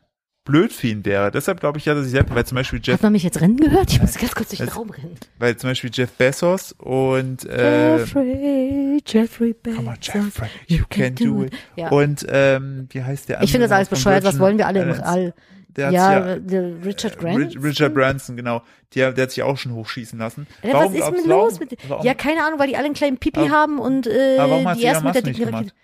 Speaker 1: blöd für ihn wäre. Deshalb glaube ich ja, dass ich selbst, weil zum Beispiel Jeff
Speaker 2: Hat man mich jetzt rennen gehört? Ich muss ganz kurz durch den
Speaker 1: Es-
Speaker 2: Raum rennen.
Speaker 1: weil zum Beispiel Jeff Bezos und äh,
Speaker 2: Jeffrey, Jeffrey Bezos.
Speaker 1: come on, Jeffrey, you can do it.
Speaker 2: Ja.
Speaker 1: Und ähm, wie heißt der andere?
Speaker 2: ich finde das alles
Speaker 1: von
Speaker 2: bescheuert. Was
Speaker 1: Virgin
Speaker 2: wollen wir alle im
Speaker 1: Islands?
Speaker 2: All?
Speaker 1: äh, Der hat's
Speaker 2: Ja,
Speaker 1: ja,
Speaker 2: der Richard Grant.
Speaker 1: Rich- Richard Branson, genau. Der, der hat sich auch schon hochschießen lassen.
Speaker 2: Ja,
Speaker 1: warum,
Speaker 2: was ist denn
Speaker 1: warum-
Speaker 2: los mit
Speaker 1: warum,
Speaker 2: Ja, keine Ahnung, weil die alle einen kleinen Pipi
Speaker 1: Aber-
Speaker 2: haben und äh,
Speaker 1: aber warum hat's
Speaker 2: die ersten
Speaker 1: Elon
Speaker 2: mit der
Speaker 1: Musk
Speaker 2: dicken
Speaker 1: nicht
Speaker 2: Rakete.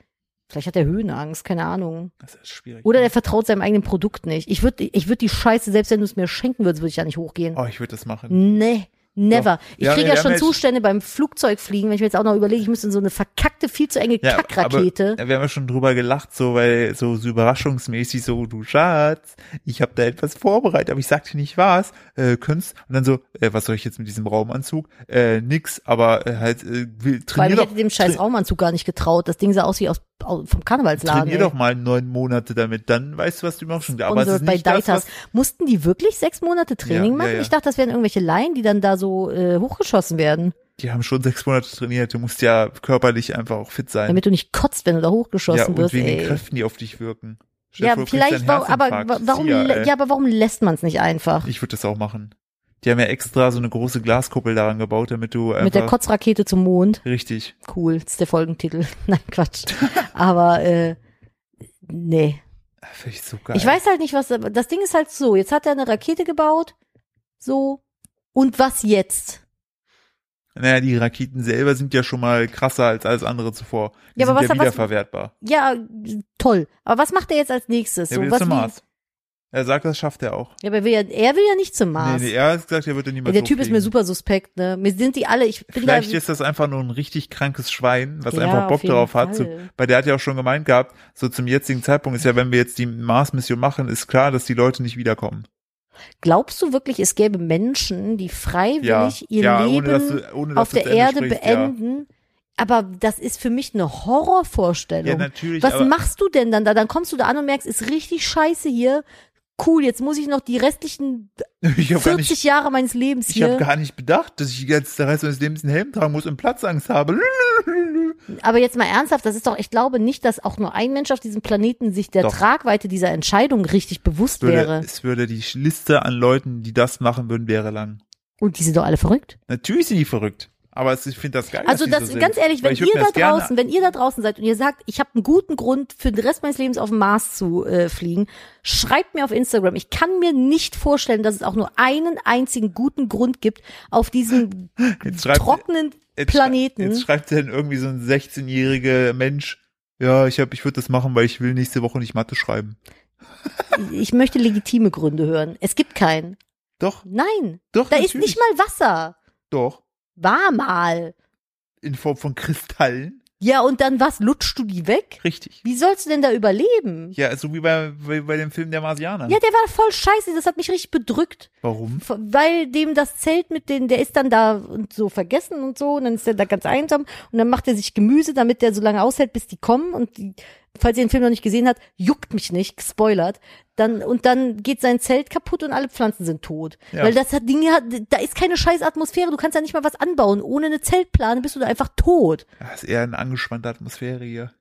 Speaker 2: Vielleicht hat er Höhenangst, keine Ahnung.
Speaker 1: Das ist schwierig.
Speaker 2: Oder der vertraut seinem eigenen Produkt nicht. Ich würde ich würd die Scheiße, selbst wenn du es mir schenken würdest, würde ich ja nicht hochgehen.
Speaker 1: oh, ich würde Oh, das machen.
Speaker 2: Nee, Never.
Speaker 1: Doch.
Speaker 2: Ich
Speaker 1: Ja,
Speaker 2: kriege
Speaker 1: nee,
Speaker 2: ja
Speaker 1: wir
Speaker 2: schon
Speaker 1: haben jetzt-
Speaker 2: Zustände beim Flugzeugfliegen, wenn ich mir jetzt auch noch überlege, ich müsste in so eine verkackte, viel zu enge Kackrakete.
Speaker 1: Aber, wir haben ja schon drüber gelacht, so weil so, so überraschungsmäßig so, du Schatz, ich habe da etwas vorbereitet, aber ich sagte nicht was, äh, könntest und dann so, äh, was soll ich jetzt mit diesem Raumanzug? Äh, nix, aber äh, halt äh, will-
Speaker 2: Weil
Speaker 1: trainier
Speaker 2: ich
Speaker 1: doch,
Speaker 2: hätte dem scheiß
Speaker 1: tra-
Speaker 2: Raumanzug gar nicht getraut. Das Ding sah aus wie aus, au- vom Karnevalsladen.
Speaker 1: trainier
Speaker 2: ey.
Speaker 1: doch mal neun Monate damit, dann weißt du, was du immer schon aber es
Speaker 2: Sponsored
Speaker 1: ist
Speaker 2: bei
Speaker 1: nicht das,
Speaker 2: Deitas.
Speaker 1: was,
Speaker 2: Mussten die wirklich sechs Monate Training
Speaker 1: Ja, ja,
Speaker 2: machen?
Speaker 1: ja.
Speaker 2: Ich dachte, das wären irgendwelche Laien, die dann da so äh, hochgeschossen werden,
Speaker 1: die haben schon sechs Monate trainiert, du musst ja körperlich einfach auch fit sein.
Speaker 2: damit du nicht kotzt, wenn du da
Speaker 1: ja,
Speaker 2: hochgeschossen
Speaker 1: und
Speaker 2: wirst.
Speaker 1: wegen
Speaker 2: Ey.
Speaker 1: den Kräften, die auf dich wirken. Stell dir
Speaker 2: ja,
Speaker 1: vor, du kriegst
Speaker 2: vielleicht,
Speaker 1: einen
Speaker 2: wa- aber wa-
Speaker 1: Herzinfarkt.
Speaker 2: warum?
Speaker 1: Ja,
Speaker 2: lä-
Speaker 1: ey.
Speaker 2: ja, aber warum lässt man es nicht einfach?
Speaker 1: Ich würde das auch machen. Die haben ja extra so eine große Glaskuppel daran gebaut, damit du einfach
Speaker 2: Mit der Kotzrakete zum Mond.
Speaker 1: richtig.
Speaker 2: Cool, das ist der Folgentitel. *laughs* Nein, Quatsch. Aber äh, nee.
Speaker 1: Finde Ah, ich so geil.
Speaker 2: Ich weiß halt nicht, was. Das Ding ist halt so. Jetzt hat er eine Rakete gebaut. So. Und was jetzt?
Speaker 1: Naja, die Raketen selber sind ja schon mal krasser als alles andere zuvor. Die
Speaker 2: Ja, aber
Speaker 1: sind
Speaker 2: was-
Speaker 1: ja
Speaker 2: was-
Speaker 1: wiederverwertbar.
Speaker 2: Ja, toll. Aber was macht er jetzt als nächstes?
Speaker 1: Er
Speaker 2: so,
Speaker 1: will
Speaker 2: was
Speaker 1: zum
Speaker 2: wie-
Speaker 1: Mars. Er sagt, das schafft er auch.
Speaker 2: Ja, aber er will ja, er will ja nicht zum Mars.
Speaker 1: Nee, nee, er hat gesagt, er wird ja niemals
Speaker 2: der Typ ist
Speaker 1: hochfliegen.
Speaker 2: mir super suspekt, ne? Mir sind die alle, ich bin
Speaker 1: Vielleicht
Speaker 2: da,
Speaker 1: ist das einfach nur ein richtig krankes Schwein, was
Speaker 2: Ja,
Speaker 1: einfach
Speaker 2: auf
Speaker 1: Bock
Speaker 2: jeden
Speaker 1: darauf hat.
Speaker 2: Fall.
Speaker 1: So, weil der hat ja auch schon gemeint gehabt, so zum jetzigen Zeitpunkt ist ja, wenn wir jetzt die Mars-Mission machen, ist klar, dass die Leute nicht wiederkommen.
Speaker 2: glaubst du wirklich, es gäbe Menschen, die
Speaker 1: Ja,
Speaker 2: freiwillig ihr
Speaker 1: ja
Speaker 2: Leben
Speaker 1: ohne dass du, ohne dass
Speaker 2: auf
Speaker 1: du
Speaker 2: der
Speaker 1: zu Ende
Speaker 2: Erde
Speaker 1: sprichst, ja.
Speaker 2: beenden? Aber das ist für mich eine Horrorvorstellung.
Speaker 1: Ja, natürlich.
Speaker 2: Was
Speaker 1: aber,
Speaker 2: machst du denn dann da? Dann kommst du da an und merkst, ist richtig scheiße hier. Cool, jetzt muss ich noch die restlichen
Speaker 1: *laughs* ich hab gar
Speaker 2: 40
Speaker 1: nicht
Speaker 2: Jahre meines Lebens
Speaker 1: Ich habe
Speaker 2: hier.
Speaker 1: gar nicht bedacht, dass ich jetzt den Rest meines Lebens einen Helm tragen muss und Platzangst habe. *laughs*
Speaker 2: Aber jetzt mal ernsthaft, das ist doch, ich glaube nicht, dass auch nur ein Mensch auf diesem Planeten sich der
Speaker 1: Doch.
Speaker 2: Tragweite dieser Entscheidung richtig bewusst
Speaker 1: Es würde,
Speaker 2: wäre.
Speaker 1: es würde die Liste an Leuten, die das machen würden, wäre lang.
Speaker 2: Und die sind doch alle verrückt.
Speaker 1: Natürlich sind die verrückt, aber es, ich finde das geil. dass
Speaker 2: Also
Speaker 1: die
Speaker 2: das,
Speaker 1: so sind.
Speaker 2: ganz ehrlich,
Speaker 1: Weil
Speaker 2: wenn
Speaker 1: ich würd
Speaker 2: ihr
Speaker 1: mir
Speaker 2: da
Speaker 1: das gerne-
Speaker 2: draußen, wenn ihr da draußen seid und ihr sagt, ich habe einen guten Grund für den Rest meines Lebens auf den Mars zu äh, fliegen, schreibt mir auf Instagram. Ich kann mir nicht vorstellen, dass es auch nur einen einzigen guten Grund gibt, auf diesem
Speaker 1: *laughs* Jetzt schreibt-
Speaker 2: trockenen
Speaker 1: jetzt schrei-
Speaker 2: Planeten.
Speaker 1: Jetzt schreibt dann irgendwie so ein 16-jähriger Mensch, ja, ich hab, ich würde das machen, weil ich will nächste Woche nicht Mathe schreiben.
Speaker 2: ich möchte legitime Gründe hören. Es gibt keinen.
Speaker 1: Doch,
Speaker 2: Nein,
Speaker 1: doch,
Speaker 2: da
Speaker 1: natürlich.
Speaker 2: ist nicht mal Wasser.
Speaker 1: Doch,
Speaker 2: War mal.
Speaker 1: in Form von Kristallen.
Speaker 2: Ja, und dann was? Lutschst du die weg?
Speaker 1: Richtig.
Speaker 2: Wie sollst du denn da überleben?
Speaker 1: Ja, so wie bei, bei, bei dem Film der Marsianer.
Speaker 2: Ja, der war voll scheiße. Das hat mich richtig bedrückt.
Speaker 1: Warum?
Speaker 2: F- weil dem das Zelt mit den, der ist dann da und so vergessen und so und dann ist er da ganz einsam und dann macht er sich Gemüse, damit der so lange aushält, bis die kommen und die, falls ihr den Film noch nicht gesehen habt, juckt mich nicht, gespoilert. Dann, und dann geht sein Zelt kaputt und alle Pflanzen sind tot.
Speaker 1: Ja.
Speaker 2: Weil das hat Dinge hat, da ist keine scheiß Atmosphäre, du kannst ja nicht mal was anbauen. Ohne eine Zeltplane bist du da einfach tot.
Speaker 1: Das ist eher eine angespannte Atmosphäre hier.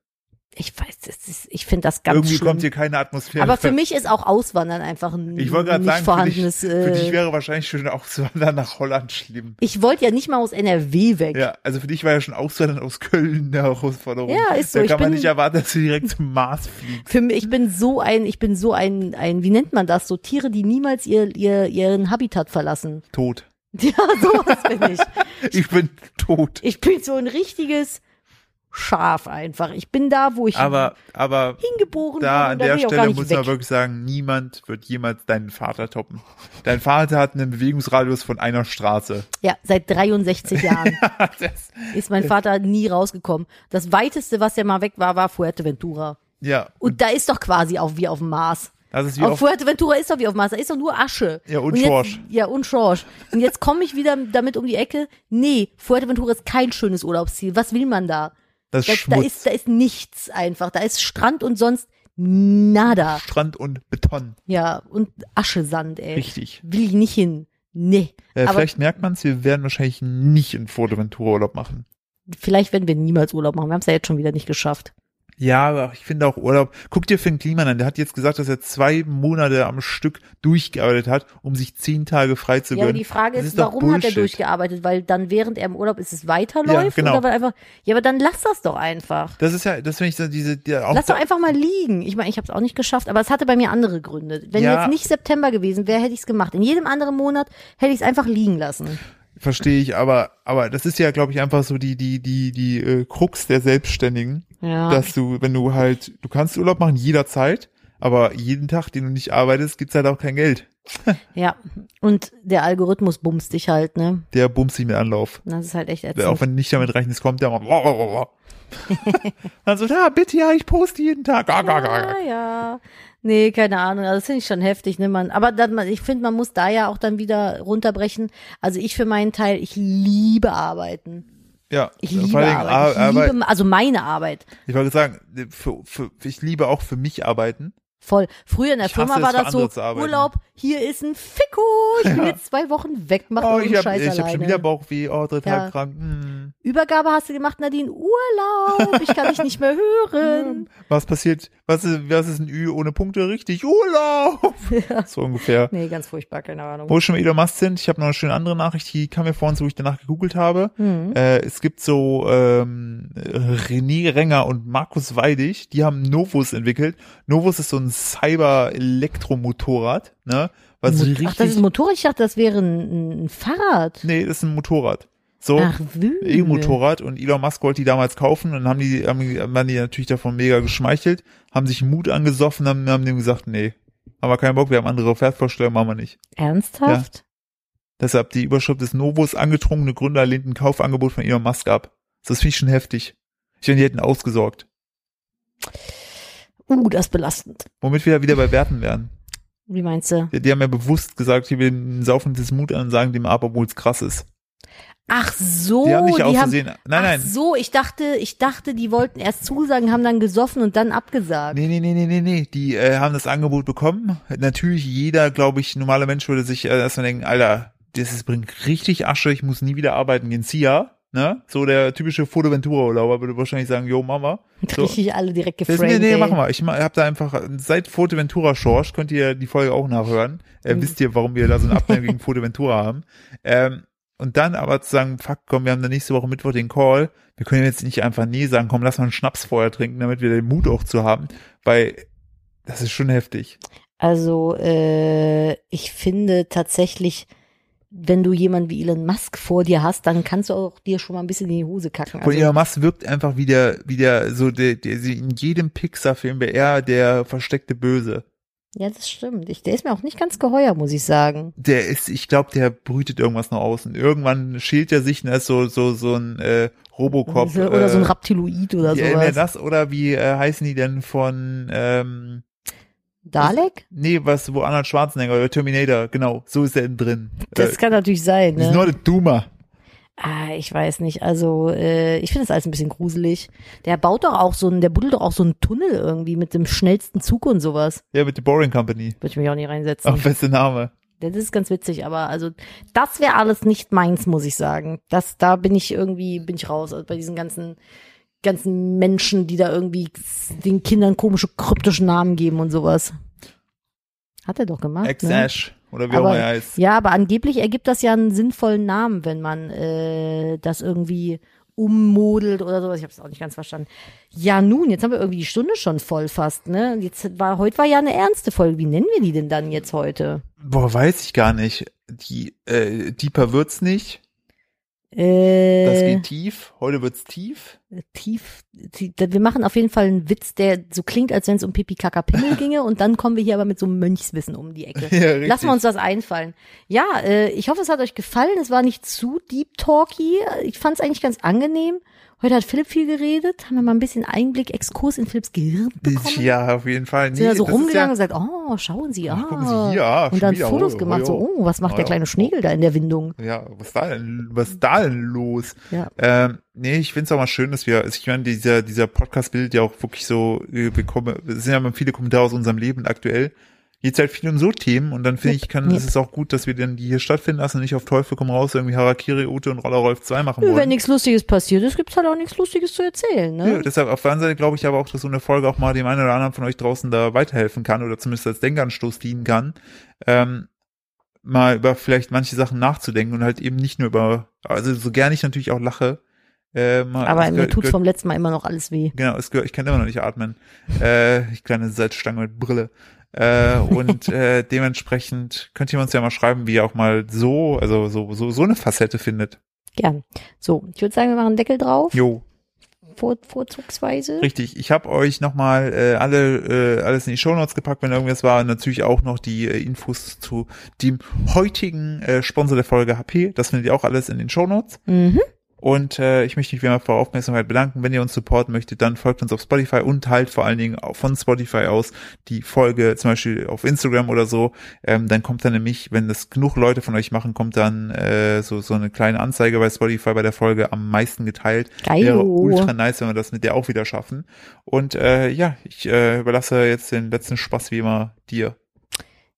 Speaker 2: Ich weiß, das ist, ich finde das ganz
Speaker 1: Irgendwie
Speaker 2: schlimm.
Speaker 1: kommt hier keine Atmosphäre.
Speaker 2: aber für mich ist auch Auswandern einfach ein
Speaker 1: ich wollte gerade
Speaker 2: nicht
Speaker 1: sagen, für dich,
Speaker 2: vorhandenes.
Speaker 1: für dich
Speaker 2: äh,
Speaker 1: wäre wahrscheinlich schon Auswandern nach Holland schlimm.
Speaker 2: ich wollte ja nicht mal aus NRW weg.
Speaker 1: Ja, also für dich war ja schon Auswandern aus Köln eine Herausforderung.
Speaker 2: Ja, ist so.
Speaker 1: Da
Speaker 2: Ich
Speaker 1: kann man
Speaker 2: bin-
Speaker 1: nicht erwarten, dass du direkt zum Mars fliegst.
Speaker 2: Für mich, ich bin so ein, ich bin so ein, ein, wie nennt man das? So Tiere, die niemals ihr, ihr, ihren Habitat verlassen. *laughs*
Speaker 1: Tot.
Speaker 2: Ja, sowas bin ich.
Speaker 1: Ich bin tot.
Speaker 2: Ich bin so ein richtiges Schaf einfach. Ich bin da, wo ich
Speaker 1: Aber, aber
Speaker 2: hingeboren
Speaker 1: da
Speaker 2: bin.
Speaker 1: an
Speaker 2: und da
Speaker 1: der
Speaker 2: will ich auch gar
Speaker 1: Stelle
Speaker 2: nicht
Speaker 1: muss
Speaker 2: weg.
Speaker 1: man wirklich sagen, niemand wird jemals deinen Vater toppen. Dein Vater hat einen Bewegungsradius von einer Straße.
Speaker 2: Ja, seit
Speaker 1: *laughs*
Speaker 2: 63 Jahren
Speaker 1: Das,
Speaker 2: ist mein Vater nie rausgekommen. Das weiteste, was er mal weg war, war Fuerteventura.
Speaker 1: ja,
Speaker 2: Und da ist doch quasi auch wie auf dem Mars.
Speaker 1: das ist wie
Speaker 2: Auf
Speaker 1: auf,
Speaker 2: Fuerteventura ist doch wie auf Mars, da ist doch nur Asche.
Speaker 1: Ja, und
Speaker 2: jetzt,
Speaker 1: Schorsch.
Speaker 2: Ja, und Schorsch. Und jetzt komme ich wieder damit um die Ecke. Nee, Fuerteventura ist kein schönes Urlaubsziel. Was will man da?
Speaker 1: das
Speaker 2: Da, da,
Speaker 1: Schmutz,
Speaker 2: ist, da ist nichts einfach. Da ist Strand und sonst nada.
Speaker 1: Strand und Beton.
Speaker 2: Ja, und Aschesand, ey.
Speaker 1: Richtig.
Speaker 2: Will ich nicht hin. Nee.
Speaker 1: Äh,
Speaker 2: Aber vielleicht,
Speaker 1: vielleicht merkt man es, wir werden wahrscheinlich nicht in Fuerteventura Urlaub machen.
Speaker 2: werden wir niemals Urlaub machen. Wir haben es ja jetzt schon wieder nicht geschafft.
Speaker 1: Ja, aber ich finde auch Urlaub. Guck dir Finn Kliman an, der hat jetzt gesagt, dass er zwei Monate am Stück durchgearbeitet hat, um sich zehn Tage frei zu
Speaker 2: Ja, aber
Speaker 1: gönnen.
Speaker 2: die Frage
Speaker 1: Das
Speaker 2: ist,
Speaker 1: ist doch
Speaker 2: warum hat er
Speaker 1: Bullshit.
Speaker 2: durchgearbeitet? Weil dann, während er im Urlaub ist, es weiterläuft?
Speaker 1: Ja, genau.
Speaker 2: Oder weil einfach, ja, aber dann lass das doch einfach.
Speaker 1: Das ist ja, das finde ich so diese, die, auch
Speaker 2: Lass
Speaker 1: da-
Speaker 2: doch einfach mal liegen. Ich meine, ich habe es auch nicht geschafft, aber es hatte bei mir andere Gründe. Wenn
Speaker 1: Ja.
Speaker 2: jetzt nicht September gewesen wäre, hätte ich es gemacht. In jedem anderen Monat hätte ich es einfach liegen lassen.
Speaker 1: verstehe ich, aber, aber das ist ja, glaube ich, einfach so die, die, die, die äh, Krux der Selbstständigen,
Speaker 2: Ja.
Speaker 1: dass du, wenn du halt, du kannst Urlaub machen jederzeit, aber jeden Tag, den du nicht arbeitest, gibt's halt auch kein Geld.
Speaker 2: Ja. Und der Algorithmus bumst dich halt, ne?
Speaker 1: Der bumst sich mit Anlauf.
Speaker 2: Das ist halt echt
Speaker 1: Auch
Speaker 2: ätzend.
Speaker 1: wenn nicht damit rechnen, es kommt der mal.
Speaker 2: *laughs*
Speaker 1: Dann so, ja, bitte, ja, ich poste jeden Tag. Gar, gar, gar, gar.
Speaker 2: Ja, ja. Nee, keine Ahnung. Also das finde ich schon heftig, ne? Man, aber dann, man- ich finde, man muss da ja auch dann wieder runterbrechen. Also ich für meinen Teil, ich liebe arbeiten.
Speaker 1: Ja,
Speaker 2: Ich
Speaker 1: vor
Speaker 2: liebe
Speaker 1: allen Dingen
Speaker 2: Arbeit. Ich
Speaker 1: Ar- Arbeit.
Speaker 2: liebe, also meine Arbeit.
Speaker 1: Ich wollte sagen, für, für, ich liebe auch für mich arbeiten.
Speaker 2: Voll. Früher in der
Speaker 1: Ich hasse
Speaker 2: Firma
Speaker 1: es,
Speaker 2: war
Speaker 1: für
Speaker 2: das so,
Speaker 1: andere zu arbeiten.
Speaker 2: Urlaub, hier ist ein Ficko, ich bin jetzt zwei Wochen weg, mach
Speaker 1: Oh,
Speaker 2: irgendeinen
Speaker 1: ich habe
Speaker 2: Scheiß
Speaker 1: hab schon
Speaker 2: alleine.
Speaker 1: wieder Bauchweh, oh, drei Tage
Speaker 2: Ja.
Speaker 1: krank. Hm.
Speaker 2: Übergabe hast du gemacht, Nadine, Urlaub, ich kann dich nicht mehr
Speaker 1: *laughs*
Speaker 2: hören.
Speaker 1: Was passiert? Was ist, was ist ein Ü ohne Punkte? Richtig,
Speaker 2: *laughs*
Speaker 1: Urlaub! So ungefähr.
Speaker 2: Nee, ganz furchtbar, keine Ahnung.
Speaker 1: Wo wir schon bei Elon Musk sind, ich habe noch eine schöne andere Nachricht, die kam mir vor uns, wo ich danach gegoogelt habe.
Speaker 2: Mhm.
Speaker 1: Äh, es gibt so ähm, René Renger und Markus Weidig, die haben Novus entwickelt. Novus ist so ein Cyber-Elektromotorrad, ne? Was so richtig,
Speaker 2: Ach, das ist ein Motorrad, ich dachte, das wäre ein, ein Fahrrad.
Speaker 1: nee, das ist ein Motorrad. So,
Speaker 2: Ach, Wühl.
Speaker 1: E-Motorrad und Elon Musk wollte die damals kaufen und haben die, haben, die- waren die natürlich davon mega geschmeichelt, haben sich Mut angesoffen, haben, haben dem gesagt, nee, haben wir keinen Bock, wir haben andere Fahrtvorstellungen, machen wir nicht.
Speaker 2: Ernsthaft?
Speaker 1: Deshalb die Überschrift des Novus angetrunkene Gründer lehnt ein Kaufangebot von Elon Musk ab. Das finde ich schon heftig. Ich meine, die hätten ausgesorgt.
Speaker 2: Uh, das ist belastend.
Speaker 1: Womit wir ja wieder bei Werten wären.
Speaker 2: Wie meinst du?
Speaker 1: Die, die haben ja bewusst gesagt, hier, wir saufen das Mut an und sagen dem ab, obwohl es krass ist.
Speaker 2: Ach so,
Speaker 1: Oh, Die haben nicht aus Versehen. Nein,
Speaker 2: ach
Speaker 1: nein.
Speaker 2: so, ich dachte, ich dachte, die wollten erst zusagen, haben dann gesoffen und dann abgesagt.
Speaker 1: Nee, nee, nee, nee, nee, nee. Die äh, haben das Angebot bekommen. Natürlich, jeder, glaube ich, normaler Mensch würde sich äh, erstmal denken, Alter, das ist, bringt richtig Asche, ich muss nie wieder arbeiten gehen. See ya. Ne? So der typische Fotoventura-Urlauber würde wahrscheinlich sagen, jo, Mama.
Speaker 2: *laughs*
Speaker 1: So.
Speaker 2: Richtig alle direkt
Speaker 1: Das,
Speaker 2: gefragt.
Speaker 1: nee, nee, machen wir. Ich ma- hab da einfach, seit Fotoventura Schorsch könnt ihr die Folge auch nachhören. Äh,
Speaker 2: Mhm.
Speaker 1: Wisst ihr, warum wir da so einen Abneigung gegen Fotoventura haben. Ähm, und dann aber zu sagen, fuck, komm, wir haben dann nächste Woche Mittwoch den Call. Wir können jetzt nicht einfach nee sagen, komm, lass mal einen Schnaps vorher trinken, damit wir den Mut auch zu haben, weil das ist schon heftig.
Speaker 2: Also, äh, ich finde tatsächlich, wenn du jemanden wie Elon Musk vor dir hast, dann kannst du auch dir schon mal ein bisschen in die Hose
Speaker 1: Von
Speaker 2: kacken. Also,
Speaker 1: Elon Musk wirkt einfach wie der, wie der, so der, der, sie- in jedem Pixar-Film wäre er der versteckte Böse.
Speaker 2: ja, das stimmt. Ich, der ist mir auch nicht ganz geheuer, muss ich sagen.
Speaker 1: der ist, ich glaube, der brütet irgendwas nach außen. Irgendwann schält er sich und er ist so, so, so ein äh, Robocop.
Speaker 2: oder so ein
Speaker 1: äh,
Speaker 2: Raptiloid oder
Speaker 1: die erinnern
Speaker 2: sowas.
Speaker 1: das oder wie äh, heißen die denn von ähm,
Speaker 2: Dalek?
Speaker 1: nee, was, wo Arnold Schwarzenegger oder Terminator, genau, so ist er drin.
Speaker 2: Das
Speaker 1: äh,
Speaker 2: kann natürlich sein,
Speaker 1: He's
Speaker 2: ne?
Speaker 1: not a Doomer.
Speaker 2: Ah, ich weiß nicht. Also, äh, ich finde das alles ein bisschen gruselig. Der baut doch auch so einen, der buddelt doch auch so einen Tunnel irgendwie mit dem schnellsten Zug und sowas.
Speaker 1: Ja, mit The Boring Company.
Speaker 2: Würde ich mich auch nicht reinsetzen.
Speaker 1: Auch beste Name.
Speaker 2: Das ist ganz witzig, aber also das wäre alles nicht meins, muss ich sagen. Das, da bin ich irgendwie, bin ich raus. Also bei diesen ganzen, ganzen Menschen, die da irgendwie den Kindern komische kryptische Namen geben und sowas. Hat er doch gemacht. Ne?
Speaker 1: Ex-Ash. Oder wie auch
Speaker 2: Aber,
Speaker 1: immer er heißt.
Speaker 2: ja, aber angeblich ergibt das ja einen sinnvollen Namen, wenn man äh, das irgendwie ummodelt oder sowas. Ich habe es auch nicht ganz verstanden. Ja, nun, jetzt haben wir irgendwie die Stunde schon voll fast, ne? Jetzt war heute war ja eine ernste Folge. Wie nennen wir die denn dann jetzt heute?
Speaker 1: Boah, weiß ich gar nicht. Die, äh, deeper wird's nicht.
Speaker 2: Äh,
Speaker 1: Das geht tief. Heute wird's tief. *laughs*
Speaker 2: tief, tief. Wir machen auf jeden Fall einen Witz, der so klingt, als wenn es um Pipi
Speaker 1: *laughs*
Speaker 2: Kaka Pimmel ginge und dann kommen wir hier aber mit so einem Mönchswissen um die Ecke.
Speaker 1: Ja, *laughs* richtig.
Speaker 2: Lassen wir uns das einfallen. Ja, äh, ich hoffe, es hat euch gefallen. Es war nicht zu deep talky. Ich fand es eigentlich ganz angenehm. Heute hat Philipp viel geredet, haben wir mal ein bisschen Einblick, Exkurs in Philipps Gehirn bekommen.
Speaker 1: Ja, auf jeden Fall.
Speaker 2: Sind da so
Speaker 1: das ist
Speaker 2: rumgegangen und gesagt, oh, schauen Sie, ah.
Speaker 1: Ach, gucken Sie hier, ah,
Speaker 2: und
Speaker 1: schon
Speaker 2: dann
Speaker 1: wieder,
Speaker 2: Fotos
Speaker 1: oh,
Speaker 2: gemacht,
Speaker 1: oh,
Speaker 2: so,
Speaker 1: oh.
Speaker 2: oh, was
Speaker 1: Ah,
Speaker 2: macht der
Speaker 1: ja.
Speaker 2: kleine Schnegel da in der Windung?
Speaker 1: Ja, was ist da denn, was ist da denn los?
Speaker 2: Ja.
Speaker 1: Ähm, nee, ich find's auch mal schön, dass wir, also ich meine, dieser, dieser Podcast bildet ja auch wirklich so, äh, wir kommen, es sind ja mal viele Kommentare aus unserem Leben aktuell. Jetzt halt viel um so Themen und dann finde ich, kann,
Speaker 2: Yep.
Speaker 1: ist es auch gut, dass wir dann die hier stattfinden lassen und nicht auf Teufel komm raus irgendwie Harakiri, Ute und Roller Rolf 2 machen
Speaker 2: Nö, Wenn
Speaker 1: wollen.
Speaker 2: nichts Lustiges passiert ist, gibt's halt auch nichts Lustiges zu erzählen, ne?
Speaker 1: Ja, deshalb auf der anderen Seite glaube ich aber auch, dass so eine Folge auch mal dem einen oder anderen von euch draußen da weiterhelfen kann oder zumindest als Denkanstoß dienen kann, ähm, mal über vielleicht manche Sachen nachzudenken und halt eben nicht nur über, also so gerne ich natürlich auch lache. Äh, mal,
Speaker 2: Aber
Speaker 1: es
Speaker 2: mir
Speaker 1: gehört-
Speaker 2: tut's
Speaker 1: gehört-
Speaker 2: vom letzten Mal immer noch alles weh.
Speaker 1: Genau, es gehört, ich kann immer noch nicht atmen. Äh, ich kleine Salzstange mit Brille. Äh,
Speaker 2: *laughs*
Speaker 1: und äh, dementsprechend könnt ihr uns ja mal schreiben, wie ihr auch mal so, also so, so, so eine Facette findet.
Speaker 2: Gern. So, ich würde sagen, wir machen einen Deckel drauf.
Speaker 1: Jo,
Speaker 2: vor, vorzugsweise.
Speaker 1: Richtig, ich habe euch nochmal äh, alle äh, alles in die Shownotes gepackt, wenn irgendwas war. Und natürlich auch noch die äh, Infos zu dem heutigen äh, Sponsor der Folge HP. Das findet ihr auch alles in den Shownotes.
Speaker 2: Mhm.
Speaker 1: Und äh, ich möchte mich wie immer für eure Aufmerksamkeit bedanken. Wenn ihr uns supporten möchtet, dann folgt uns auf Spotify und halt vor allen Dingen auch von Spotify aus die Folge zum Beispiel auf Instagram oder so. Ähm, dann kommt dann nämlich, wenn das genug Leute von euch machen, kommt dann äh, so, so eine kleine Anzeige bei Spotify bei der Folge am meisten geteilt.
Speaker 2: Geil.
Speaker 1: Wäre ultra nice, wenn wir das mit der auch wieder schaffen. Und äh, ja, ich äh, überlasse jetzt den letzten Spaß wie immer dir.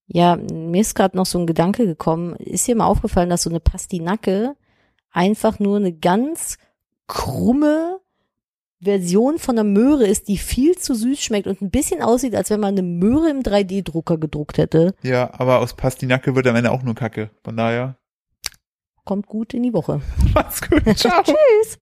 Speaker 2: Ja, mir ist gerade noch so ein Gedanke gekommen. Ist dir mal aufgefallen, dass so eine Pastinacke einfach nur eine ganz krumme Version von einer Möhre ist, die viel zu süß schmeckt und ein bisschen aussieht, als wenn man eine Möhre im 3D-Drucker gedruckt hätte?
Speaker 1: Ja, aber aus Pastinacke wird am Ende auch nur Kacke. Von daher, *laughs*
Speaker 2: Kommt gut in die Woche. *laughs*
Speaker 1: macht's gut. Ciao.
Speaker 2: Tschüss!